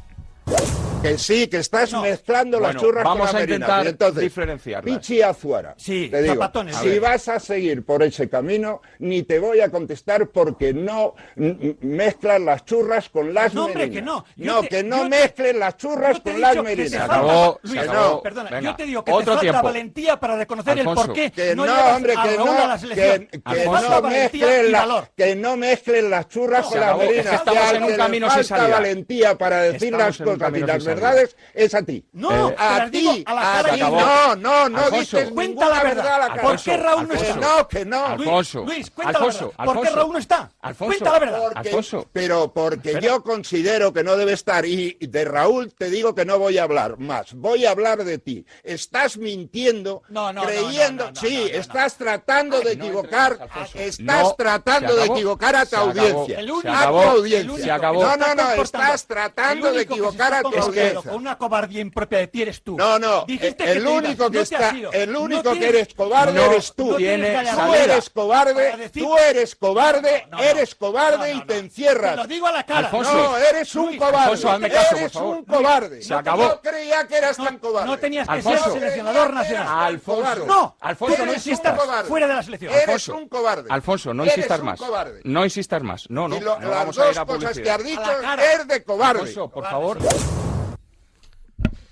Speaker 32: Que sí, que estás mezclando las
Speaker 1: Bueno,
Speaker 32: churras
Speaker 1: vamos
Speaker 32: con la
Speaker 1: a
Speaker 32: merina.
Speaker 1: intentar
Speaker 32: Y entonces,
Speaker 1: diferenciarlas.
Speaker 32: Pichi Azuara. te digo, zapatones. A si ver. vas a seguir por ese camino, ni te voy a contestar porque no mm, mm, mezclas las churras con las No, hombre, merinas. que no. Yo No, te- que yo no te- mezcles las churras con las merinas. se acabó, Luis, se no, acabó. Perdona, Venga, yo te digo que otro te falta tiempo. valentía para reconocer el Alfonso. porqué Que no, no, llevas hombre, a que Aragón no, a la selección. que- Te que falta no valentía mezclen y la- valor. que no mezclen las churras No, con se las acabó. merinas. Estamos Que al en un que le camino sin falta salida. valentía para decir Estamos las en un cosas y camino las sin salida. verdades es a ti. No, te a las digo ti, a la cara ti y no. no, no, no Eh, Alfonso, dices cuenta ninguna la verdad. a la cara. ¿Por qué Raúl no Alfonso, está? No, que no. Alfonso, Luis, cuenta Alfonso, la verdad. ¿Por qué Alfonso, Raúl no está? Alfonso, cuenta la verdad. Porque- Pero porque yo considero que no debe estar. Y de Raúl te digo que no voy a hablar más. Voy a hablar de ti. Estás mintiendo, no, creyendo. sí, estás tratando de equivocar. estás No, tratando se de acabó, equivocar a tu se acabó, audiencia. el único, a tu se acabó, audiencia. el único. No, no, Estás no. comportando. Estás El tratando de único que se equivocar está a tu comportando. audiencia.
Speaker 38: pero con una cobardía impropia de ti eres tú.
Speaker 32: No, no,
Speaker 38: Dijiste
Speaker 32: el
Speaker 38: te
Speaker 32: único
Speaker 38: ibas,
Speaker 32: que
Speaker 38: no te
Speaker 32: está-
Speaker 38: has ido.
Speaker 32: el único que
Speaker 38: tienes-
Speaker 32: eres cobarde
Speaker 38: no
Speaker 32: eres tú.
Speaker 38: tienes
Speaker 32: Tienes
Speaker 38: cara-
Speaker 32: Tú eres cobarde,
Speaker 38: para decir-
Speaker 32: tú eres cobarde, eres cobarde y te encierras.
Speaker 38: Te lo digo a la cara.
Speaker 32: No, eres un cobarde.
Speaker 38: Alfonso, hazme caso, por
Speaker 32: eres
Speaker 38: favor.
Speaker 32: un cobarde.
Speaker 38: Se acabó.
Speaker 32: No creía que eras tan cobarde.
Speaker 38: No tenías que ser seleccionador nacional.
Speaker 32: Alfonso.
Speaker 38: No,
Speaker 39: Alfonso,
Speaker 38: tú
Speaker 39: no
Speaker 38: eres un
Speaker 39: insistas.
Speaker 38: cobarde. fuera de la selección.
Speaker 32: Eres
Speaker 39: Alfonso.
Speaker 32: un cobarde.
Speaker 39: Alfonso, no
Speaker 32: Eres
Speaker 39: insistas
Speaker 32: un
Speaker 39: más.
Speaker 32: cobarde.
Speaker 39: No insistas más. No, no.
Speaker 32: Y lo-
Speaker 39: no
Speaker 32: las
Speaker 39: vamos a
Speaker 32: dos
Speaker 39: ir a
Speaker 32: cosas que
Speaker 39: publicidad.
Speaker 32: has dicho es de cobarde.
Speaker 39: Alfonso, por favor.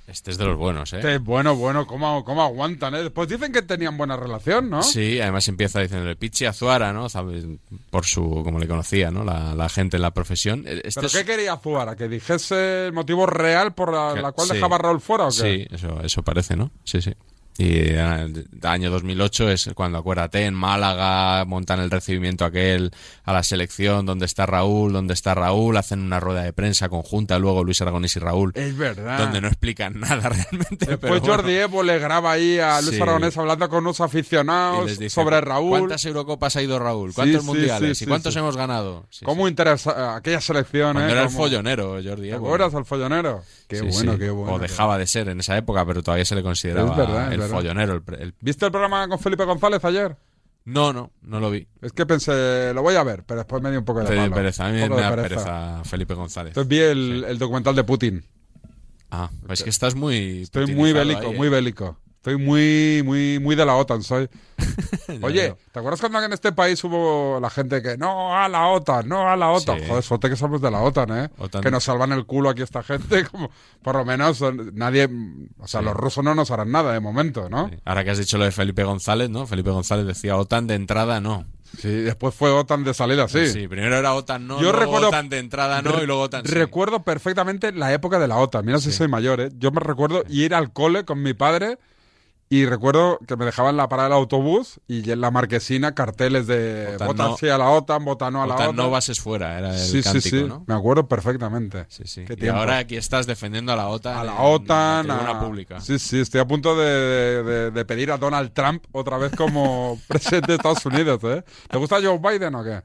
Speaker 2: Este es de los buenos, ¿eh?
Speaker 1: Este es bueno, bueno, ¿cómo, cómo aguantan, eh? Después dicen que tenían buena relación, ¿no?
Speaker 2: Sí, además empieza diciéndole Pichi Azuara, ¿no? ¿Sabes? Por su, como le conocía, ¿no? La, la gente en la profesión. Eh, Este
Speaker 1: ¿Pero
Speaker 2: es-
Speaker 1: qué quería Zuara? ¿Que dijese el motivo real por la, la cual
Speaker 2: Sí.
Speaker 1: dejaba a Raúl fuera o qué?
Speaker 2: Sí, eso, eso parece, ¿no? Sí, sí. Y eh, el año 2008 es cuando, acuérdate, en Málaga montan el recibimiento aquel a la selección, donde está Raúl, donde está Raúl, hacen una rueda de prensa conjunta, luego Luis Aragonés y Raúl,
Speaker 1: Es verdad.
Speaker 2: donde no explican <laughs> nada realmente.
Speaker 1: Eh,
Speaker 2: pero
Speaker 1: ah. Después
Speaker 2: bueno.
Speaker 1: Jordi Evo le graba ahí a Luis
Speaker 2: Sí.
Speaker 1: Aragonés hablando con unos aficionados
Speaker 2: Y les dice,
Speaker 1: sobre Raúl.
Speaker 2: ¿Cuántas Eurocopas ha ido Raúl?
Speaker 1: Sí,
Speaker 2: ¿Cuántos
Speaker 1: sí,
Speaker 2: mundiales?
Speaker 1: sí,
Speaker 2: ¿Y cuántos
Speaker 1: sí, sí.
Speaker 2: hemos ganado?
Speaker 1: ¿Cómo interesa aquella selección,
Speaker 2: Cuando
Speaker 1: eh?
Speaker 2: era el
Speaker 1: Cómo-
Speaker 2: follonero, Jordi eh,
Speaker 1: ¿Te
Speaker 2: Evo.
Speaker 1: acuerdas al follonero? Qué
Speaker 2: Sí,
Speaker 1: bueno,
Speaker 2: sí.
Speaker 1: qué bueno.
Speaker 2: O dejaba de ser en esa época, pero todavía se le consideraba
Speaker 1: Es verdad, es
Speaker 2: el
Speaker 1: verdad.
Speaker 2: follonero. el pre- el-
Speaker 1: ¿Viste el programa con Felipe González ayer?
Speaker 2: No, no, no lo vi.
Speaker 1: Es que pensé, lo voy a ver, pero después me dio un poco de
Speaker 2: Te dio
Speaker 1: palo.
Speaker 2: pereza. A mí
Speaker 1: Un poco
Speaker 2: me
Speaker 1: de
Speaker 2: da pereza Felipe González.
Speaker 1: Entonces vi el, el documental de Putin.
Speaker 2: Ah, es que estás muy.
Speaker 1: Estoy muy
Speaker 2: putinizado
Speaker 1: bélico,
Speaker 2: ahí,
Speaker 1: muy
Speaker 2: eh.
Speaker 1: bélico. Estoy muy, muy, muy de la OTAN,
Speaker 2: <laughs>
Speaker 1: soy. Oye,
Speaker 2: veo.
Speaker 1: ¿te acuerdas cuando en este país hubo la gente que no a la OTAN, no a la OTAN?
Speaker 2: Sí.
Speaker 1: Joder, suerte que somos de la OTAN, ¿eh?
Speaker 2: OTAN.
Speaker 1: Que nos salvan el culo aquí esta gente, <laughs> como por lo menos eh, nadie, o sea,
Speaker 2: Sí.
Speaker 1: los rusos no nos harán nada de momento, ¿no?
Speaker 2: Ahora que has dicho lo de Felipe González, ¿no? Felipe González decía OTAN de entrada, no.
Speaker 1: Sí, después fue OTAN de salida, sí.
Speaker 2: Sí, primero era OTAN no,
Speaker 1: Yo
Speaker 2: luego
Speaker 1: recuerdo-
Speaker 2: OTAN de entrada Ah, no
Speaker 1: Re-
Speaker 2: y luego OTAN sí.
Speaker 1: Recuerdo perfectamente la época de la OTAN. Mira si soy mayor, ¿eh? Yo me recuerdo ir al cole con mi padre y recuerdo que me dejaban en la parada del autobús y en la marquesina carteles de
Speaker 2: OTAN
Speaker 1: votan
Speaker 2: no.
Speaker 1: sí a la OTAN, votan no a la OTAN.
Speaker 2: OTAN no bases fuera, era el
Speaker 1: sí, sí,
Speaker 2: cántico,
Speaker 1: sí.
Speaker 2: ¿no?
Speaker 1: Me acuerdo perfectamente.
Speaker 2: Sí, sí.
Speaker 1: Qué
Speaker 2: Y
Speaker 1: tiempo.
Speaker 2: ahora aquí estás defendiendo a la OTAN.
Speaker 1: a la
Speaker 2: en-
Speaker 1: OTAN,
Speaker 2: en la tribuna
Speaker 1: a-
Speaker 2: pública.
Speaker 1: Sí, sí, estoy a punto de, de- de pedir a Donald Trump otra vez
Speaker 2: <laughs>
Speaker 1: como presidente de Estados Unidos, ¿eh? ¿Te gusta Joe Biden o qué?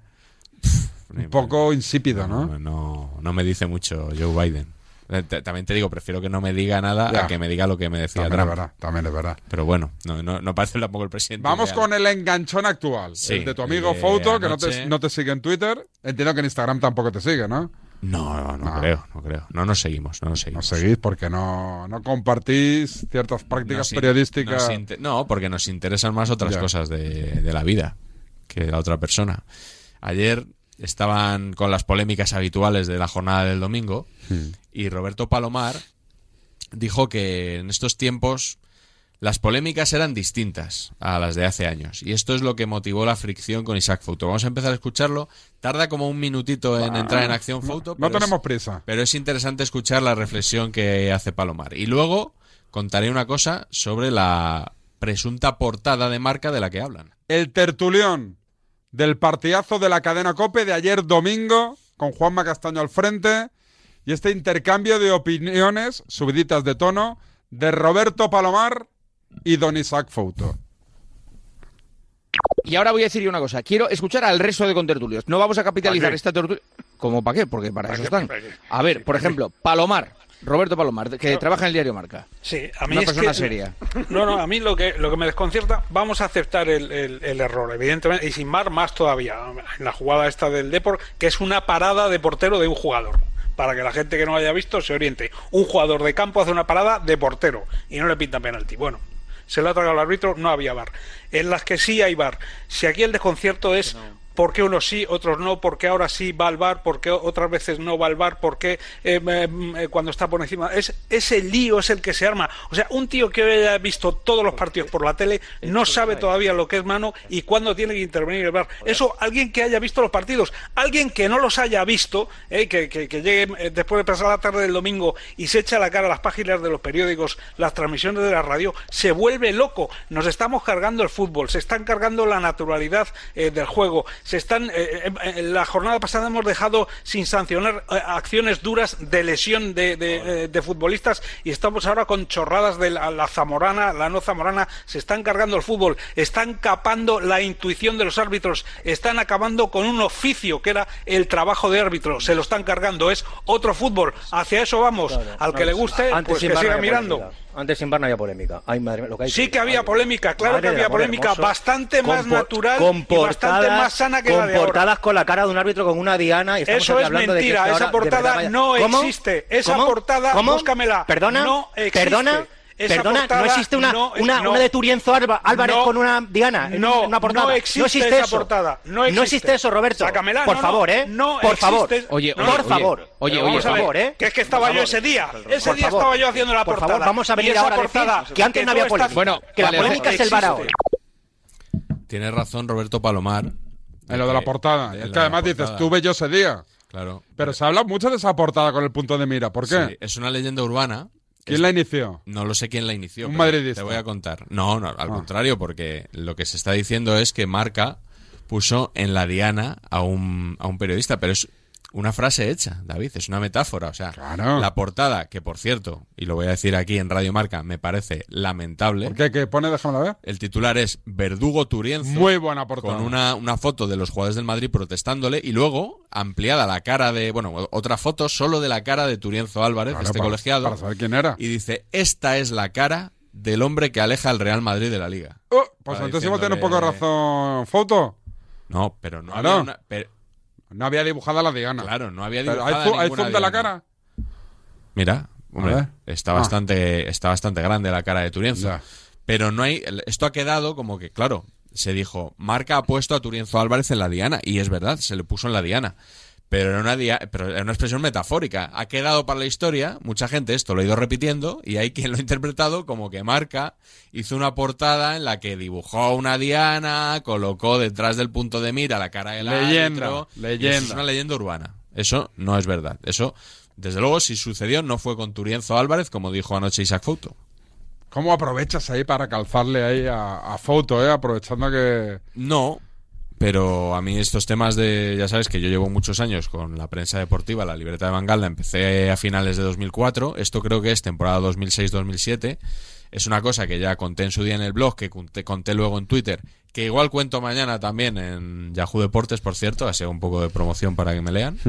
Speaker 1: Un poco insípido, ¿no?
Speaker 2: No, no me dice mucho Joe Biden. Eh, t- También te digo, prefiero que no me diga nada
Speaker 1: Ya.
Speaker 2: a que me diga lo que me decía
Speaker 1: También es
Speaker 2: Trump.
Speaker 1: verdad, también es verdad.
Speaker 2: Pero bueno, no, no, no parece tampoco el presidente.
Speaker 1: Vamos
Speaker 2: ideal.
Speaker 1: con el enganchón actual.
Speaker 2: Sí,
Speaker 1: el de tu amigo
Speaker 2: el de
Speaker 1: Fouto, que no
Speaker 2: anoche.
Speaker 1: te, no te sigue en Twitter. Entiendo que en Instagram tampoco te sigue, ¿no?
Speaker 2: No, no,
Speaker 1: Ah.
Speaker 2: no creo, no creo. No nos seguimos, no nos seguimos.
Speaker 1: Seguís porque no, no compartís ciertas prácticas
Speaker 2: Nos in-
Speaker 1: periodísticas.
Speaker 2: nos inte- no, porque nos interesan más otras
Speaker 1: Ya.
Speaker 2: cosas de, de la vida que la otra persona. Ayer estaban con las polémicas habituales de la jornada del domingo
Speaker 1: Hmm.
Speaker 2: y Roberto Palomar dijo que en estos tiempos las polémicas eran distintas a las de hace años y esto es lo que motivó la fricción con Isaac Fouto. Vamos a empezar a escucharlo. Tarda como un minutito en entrar en acción Fouto.
Speaker 1: Ah, No
Speaker 2: pero es-
Speaker 1: tenemos prisa.
Speaker 2: pero es interesante escuchar la reflexión que hace Palomar. Y luego contaré una cosa sobre la presunta portada de marca de la que hablan.
Speaker 1: El tertulión del partidazo de la cadena COPE de ayer domingo, con Juanma Castaño al frente, y este intercambio de opiniones, subiditas de tono, de Roberto Palomar y Don Isaac Fouto.
Speaker 9: Y ahora voy a decir yo una cosa. Quiero escuchar al resto de contertulios. No vamos a capitalizar
Speaker 24: qué?
Speaker 9: esta tertulia. ¿Cómo para qué? Porque para eso
Speaker 24: qué?
Speaker 9: están.
Speaker 24: ¿Para qué?
Speaker 9: A ver, por ejemplo, Palomar. Roberto Palomar, que
Speaker 24: No.
Speaker 9: trabaja en el diario Marca.
Speaker 24: Sí, a mí
Speaker 9: Una
Speaker 24: es
Speaker 9: persona
Speaker 24: que-
Speaker 9: seria.
Speaker 24: No, no, a mí lo que, lo que me desconcierta, vamos a aceptar el, el- el error, evidentemente, y sin mar más todavía, en la jugada esta del Depor, que es una parada de portero de un jugador. Para que la gente que no lo haya visto se oriente. Un jugador de campo hace una parada de portero y no le pinta penalti. Bueno, se la ha tragado el árbitro, no había bar. En las que sí hay bar. Si aquí el desconcierto es por qué unos sí, otros no, por qué ahora sí va al bar, por qué otras veces no va al bar, por qué eh, em, eh, cuando está por encima. Es, ese lío es el que se arma. O sea, un tío que haya visto todos los partidos por la tele no sabe todavía lo que es mano y cuándo tiene que intervenir el bar. Eso, alguien que haya visto los partidos, alguien que no los haya visto, eh, que, que- que llegue eh, después de pasar la tarde del domingo y se echa a la cara a las páginas de los periódicos, las transmisiones de la radio, se vuelve loco. Nos estamos cargando el fútbol, se están cargando la naturalidad eh, del juego, se están. eh, eh, en la jornada pasada hemos dejado sin sancionar eh, acciones duras de lesión de, de, eh, de futbolistas y estamos ahora con chorradas de la, la zamorana, la no zamorana. Se están cargando el fútbol, están capando la intuición de los árbitros, están acabando con un oficio que era el trabajo de árbitro. Se lo están cargando, es otro fútbol. Hacia eso vamos. Al que le guste,
Speaker 9: Antes
Speaker 24: pues
Speaker 9: sin
Speaker 24: que
Speaker 9: bar no
Speaker 24: siga
Speaker 9: había
Speaker 24: mirando.
Speaker 9: polémica. Antes sin bar no había polémica. Ay, madre mía, lo que hay
Speaker 24: Sí que había polémica, claro
Speaker 9: Madre
Speaker 24: que
Speaker 9: del
Speaker 24: había
Speaker 9: amor
Speaker 24: polémica,
Speaker 9: hermoso.
Speaker 24: bastante más
Speaker 9: Con po-
Speaker 24: natural
Speaker 9: con
Speaker 24: y bastante
Speaker 9: portadas-
Speaker 24: más sana que
Speaker 9: con
Speaker 24: la de ahora.
Speaker 9: portadas con la cara de un árbitro con una diana. y estamos
Speaker 24: Eso
Speaker 9: aquí
Speaker 24: es
Speaker 9: hablando de que
Speaker 24: mentira,
Speaker 9: esto
Speaker 24: esa
Speaker 9: ahora de
Speaker 24: portada
Speaker 9: verdad vaya-
Speaker 24: no
Speaker 9: ¿Cómo?
Speaker 24: existe, esa
Speaker 9: ¿Cómo?
Speaker 24: portada,
Speaker 9: ¿Cómo?
Speaker 24: búscamela,
Speaker 9: Perdona,
Speaker 24: no existe.
Speaker 9: perdona.
Speaker 24: Esa
Speaker 9: Perdona,
Speaker 24: portada
Speaker 9: no existe una,
Speaker 24: no-
Speaker 9: una,
Speaker 24: no.
Speaker 9: una de Turienzo Alba- Álvarez
Speaker 24: No.
Speaker 9: con una diana en
Speaker 24: No,
Speaker 9: una portada.
Speaker 24: no existe esa
Speaker 9: eso.
Speaker 24: portada, no
Speaker 9: No
Speaker 24: existe.
Speaker 9: existe eso, Roberto.
Speaker 24: Sácamela,
Speaker 9: por
Speaker 24: no, no,
Speaker 9: favor, ¿eh?
Speaker 24: no
Speaker 9: por
Speaker 24: existe.
Speaker 9: favor.
Speaker 24: Oye,
Speaker 9: por
Speaker 24: oye, oye.
Speaker 9: favor.
Speaker 24: Oye,
Speaker 9: Pero
Speaker 24: oye,
Speaker 9: vamos a
Speaker 24: por
Speaker 9: ver,
Speaker 24: favor, ¿eh? Que es que estaba
Speaker 9: Por
Speaker 24: yo
Speaker 9: favor.
Speaker 24: ese día, ese
Speaker 9: Por
Speaker 24: día
Speaker 9: favor.
Speaker 24: estaba yo haciendo la
Speaker 9: Por favor,
Speaker 24: portada.
Speaker 9: vamos a
Speaker 24: Y
Speaker 9: venir
Speaker 24: esa
Speaker 9: ahora a decir
Speaker 24: portada
Speaker 9: que antes no
Speaker 24: tú
Speaker 9: había
Speaker 24: estás-
Speaker 9: polémica. que la
Speaker 2: vale,
Speaker 9: polémica es el
Speaker 24: existe.
Speaker 9: bar ahora.
Speaker 2: Tiene razón Roberto Palomar.
Speaker 1: En lo de la portada.
Speaker 2: de
Speaker 1: Es
Speaker 2: la
Speaker 1: que además dices,
Speaker 2: portada.
Speaker 1: tuve yo ese día.
Speaker 2: Claro.
Speaker 1: Pero se habla mucho de esa portada con el punto de mira. ¿Por qué?
Speaker 2: Sí, es una leyenda urbana.
Speaker 1: ¿Quién
Speaker 2: Es-
Speaker 1: la inició?
Speaker 2: No lo sé quién la inició.
Speaker 1: Un
Speaker 2: pero
Speaker 1: madridista. Ah.
Speaker 2: Te voy a contar. No, no, al contrario, porque lo que se está diciendo es que Marca puso en la diana a un, a un periodista, pero es una frase hecha, David, es una metáfora. O sea, la portada, que por cierto, y lo voy a decir aquí en Radio Marca, me parece lamentable.
Speaker 1: ¿Qué, qué pone? Déjamela ver.
Speaker 2: El titular es Verdugo Turienzo.
Speaker 1: Muy buena portada.
Speaker 2: Con una, una foto de los jugadores del Madrid protestándole y luego ampliada la cara de. Bueno, otra foto solo de la cara de Turienzo Álvarez,
Speaker 1: Claro,
Speaker 2: este
Speaker 1: para-
Speaker 2: colegiado.
Speaker 1: para saber quién era.
Speaker 2: Y dice: Esta es la cara del hombre que aleja al Real Madrid de la liga.
Speaker 1: Oh, pues
Speaker 2: Para
Speaker 1: entonces iba a tener un poco de
Speaker 2: diciéndole-
Speaker 1: razón, foto.
Speaker 2: No, pero no
Speaker 1: Claro.
Speaker 2: había una- pero-
Speaker 1: No había dibujada la diana.
Speaker 2: Claro, no había
Speaker 1: Pero
Speaker 2: dibujada
Speaker 1: ¿Hay, zo- hay
Speaker 2: ninguna
Speaker 1: zoom de la
Speaker 2: diana.
Speaker 1: cara?
Speaker 2: Mira, hombre,
Speaker 1: A ver.
Speaker 2: está
Speaker 1: Ah.
Speaker 2: bastante, está bastante grande la cara de Turienzo. Pero no hay. Esto ha quedado como que, claro, se dijo, marca ha puesto a Turienzo Álvarez en la diana. Y es verdad, se le puso en la diana. Pero era, una dia- pero era una expresión metafórica. Ha quedado para la historia, mucha gente esto lo ha ido repitiendo, y hay quien lo ha interpretado como que Marca hizo una portada en la que dibujó una diana, colocó detrás del punto de mira la cara del
Speaker 1: Leyenda,
Speaker 2: árbitro, y eso Es
Speaker 1: leyenda.
Speaker 2: una leyenda urbana. Eso no es verdad. Eso, desde luego, si sucedió, no fue con Turienzo Álvarez, como dijo anoche Isaac Fouto.
Speaker 1: ¿Cómo aprovechas ahí para calzarle ahí a, a foto, eh? Aprovechando que.
Speaker 2: No, pero a mí estos temas de, ya sabes que yo llevo muchos años con la prensa deportiva, la libreta de Bangal, la empecé a finales de 2004, esto creo que es temporada 2006-2007, es una cosa que ya conté en su día en el blog, que conté, conté luego en Twitter, que igual cuento mañana también en Yahoo Deportes, por cierto, así un poco de promoción para que me lean.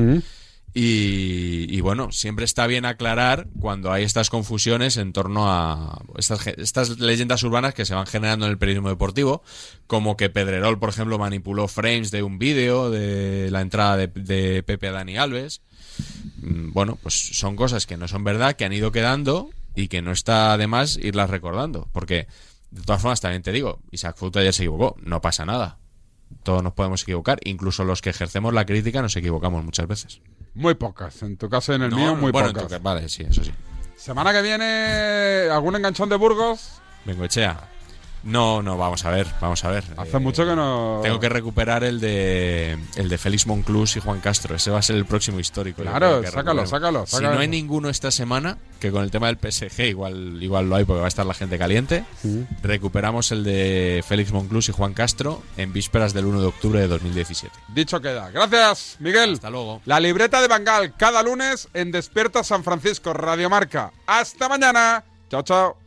Speaker 2: Y, y bueno, siempre está bien aclarar cuando hay estas confusiones en torno a estas, ge- estas leyendas urbanas que se van generando en el periodismo deportivo, como que Pedrerol, por ejemplo, manipuló frames de un vídeo de la entrada de, de Pepe a Dani Alves. Mm, Bueno, pues son cosas que no son verdad, que han ido quedando y que no está de más irlas recordando, porque de todas formas también te digo, Isaac Fouto ayer se equivocó, no pasa nada. Todos nos podemos equivocar, incluso los que ejercemos la crítica nos equivocamos muchas veces.
Speaker 1: Muy pocas. En tu caso y en el
Speaker 2: No,
Speaker 1: mío, muy
Speaker 2: bueno, en
Speaker 1: pocas.
Speaker 2: tu ca- vale, sí, eso sí.
Speaker 1: Semana que viene, ¿algún enganchón de Burgos?
Speaker 2: Bengoechea. No, no, vamos a ver, vamos a ver.
Speaker 1: Hace
Speaker 2: Eh,
Speaker 1: mucho que no.
Speaker 2: Tengo que recuperar el de el de Félix Monclús y Juan Castro. Ese va a ser el próximo histórico. yo
Speaker 1: Claro,
Speaker 2: creo que
Speaker 1: sácalo,
Speaker 2: recuperemos.
Speaker 1: sácalo,
Speaker 2: Si
Speaker 1: sácalo.
Speaker 2: no hay ninguno esta semana, que con el tema del PSG igual, igual lo hay porque va a estar la gente caliente, recuperamos el de Félix Monclús y Juan Castro en vísperas del 1 de octubre de 2017.
Speaker 1: Dicho queda. Gracias, Miguel. Hasta luego. La libreta de Bangal, cada lunes en Despierta San Francisco, Radio Marca. Hasta mañana. Chao, chao.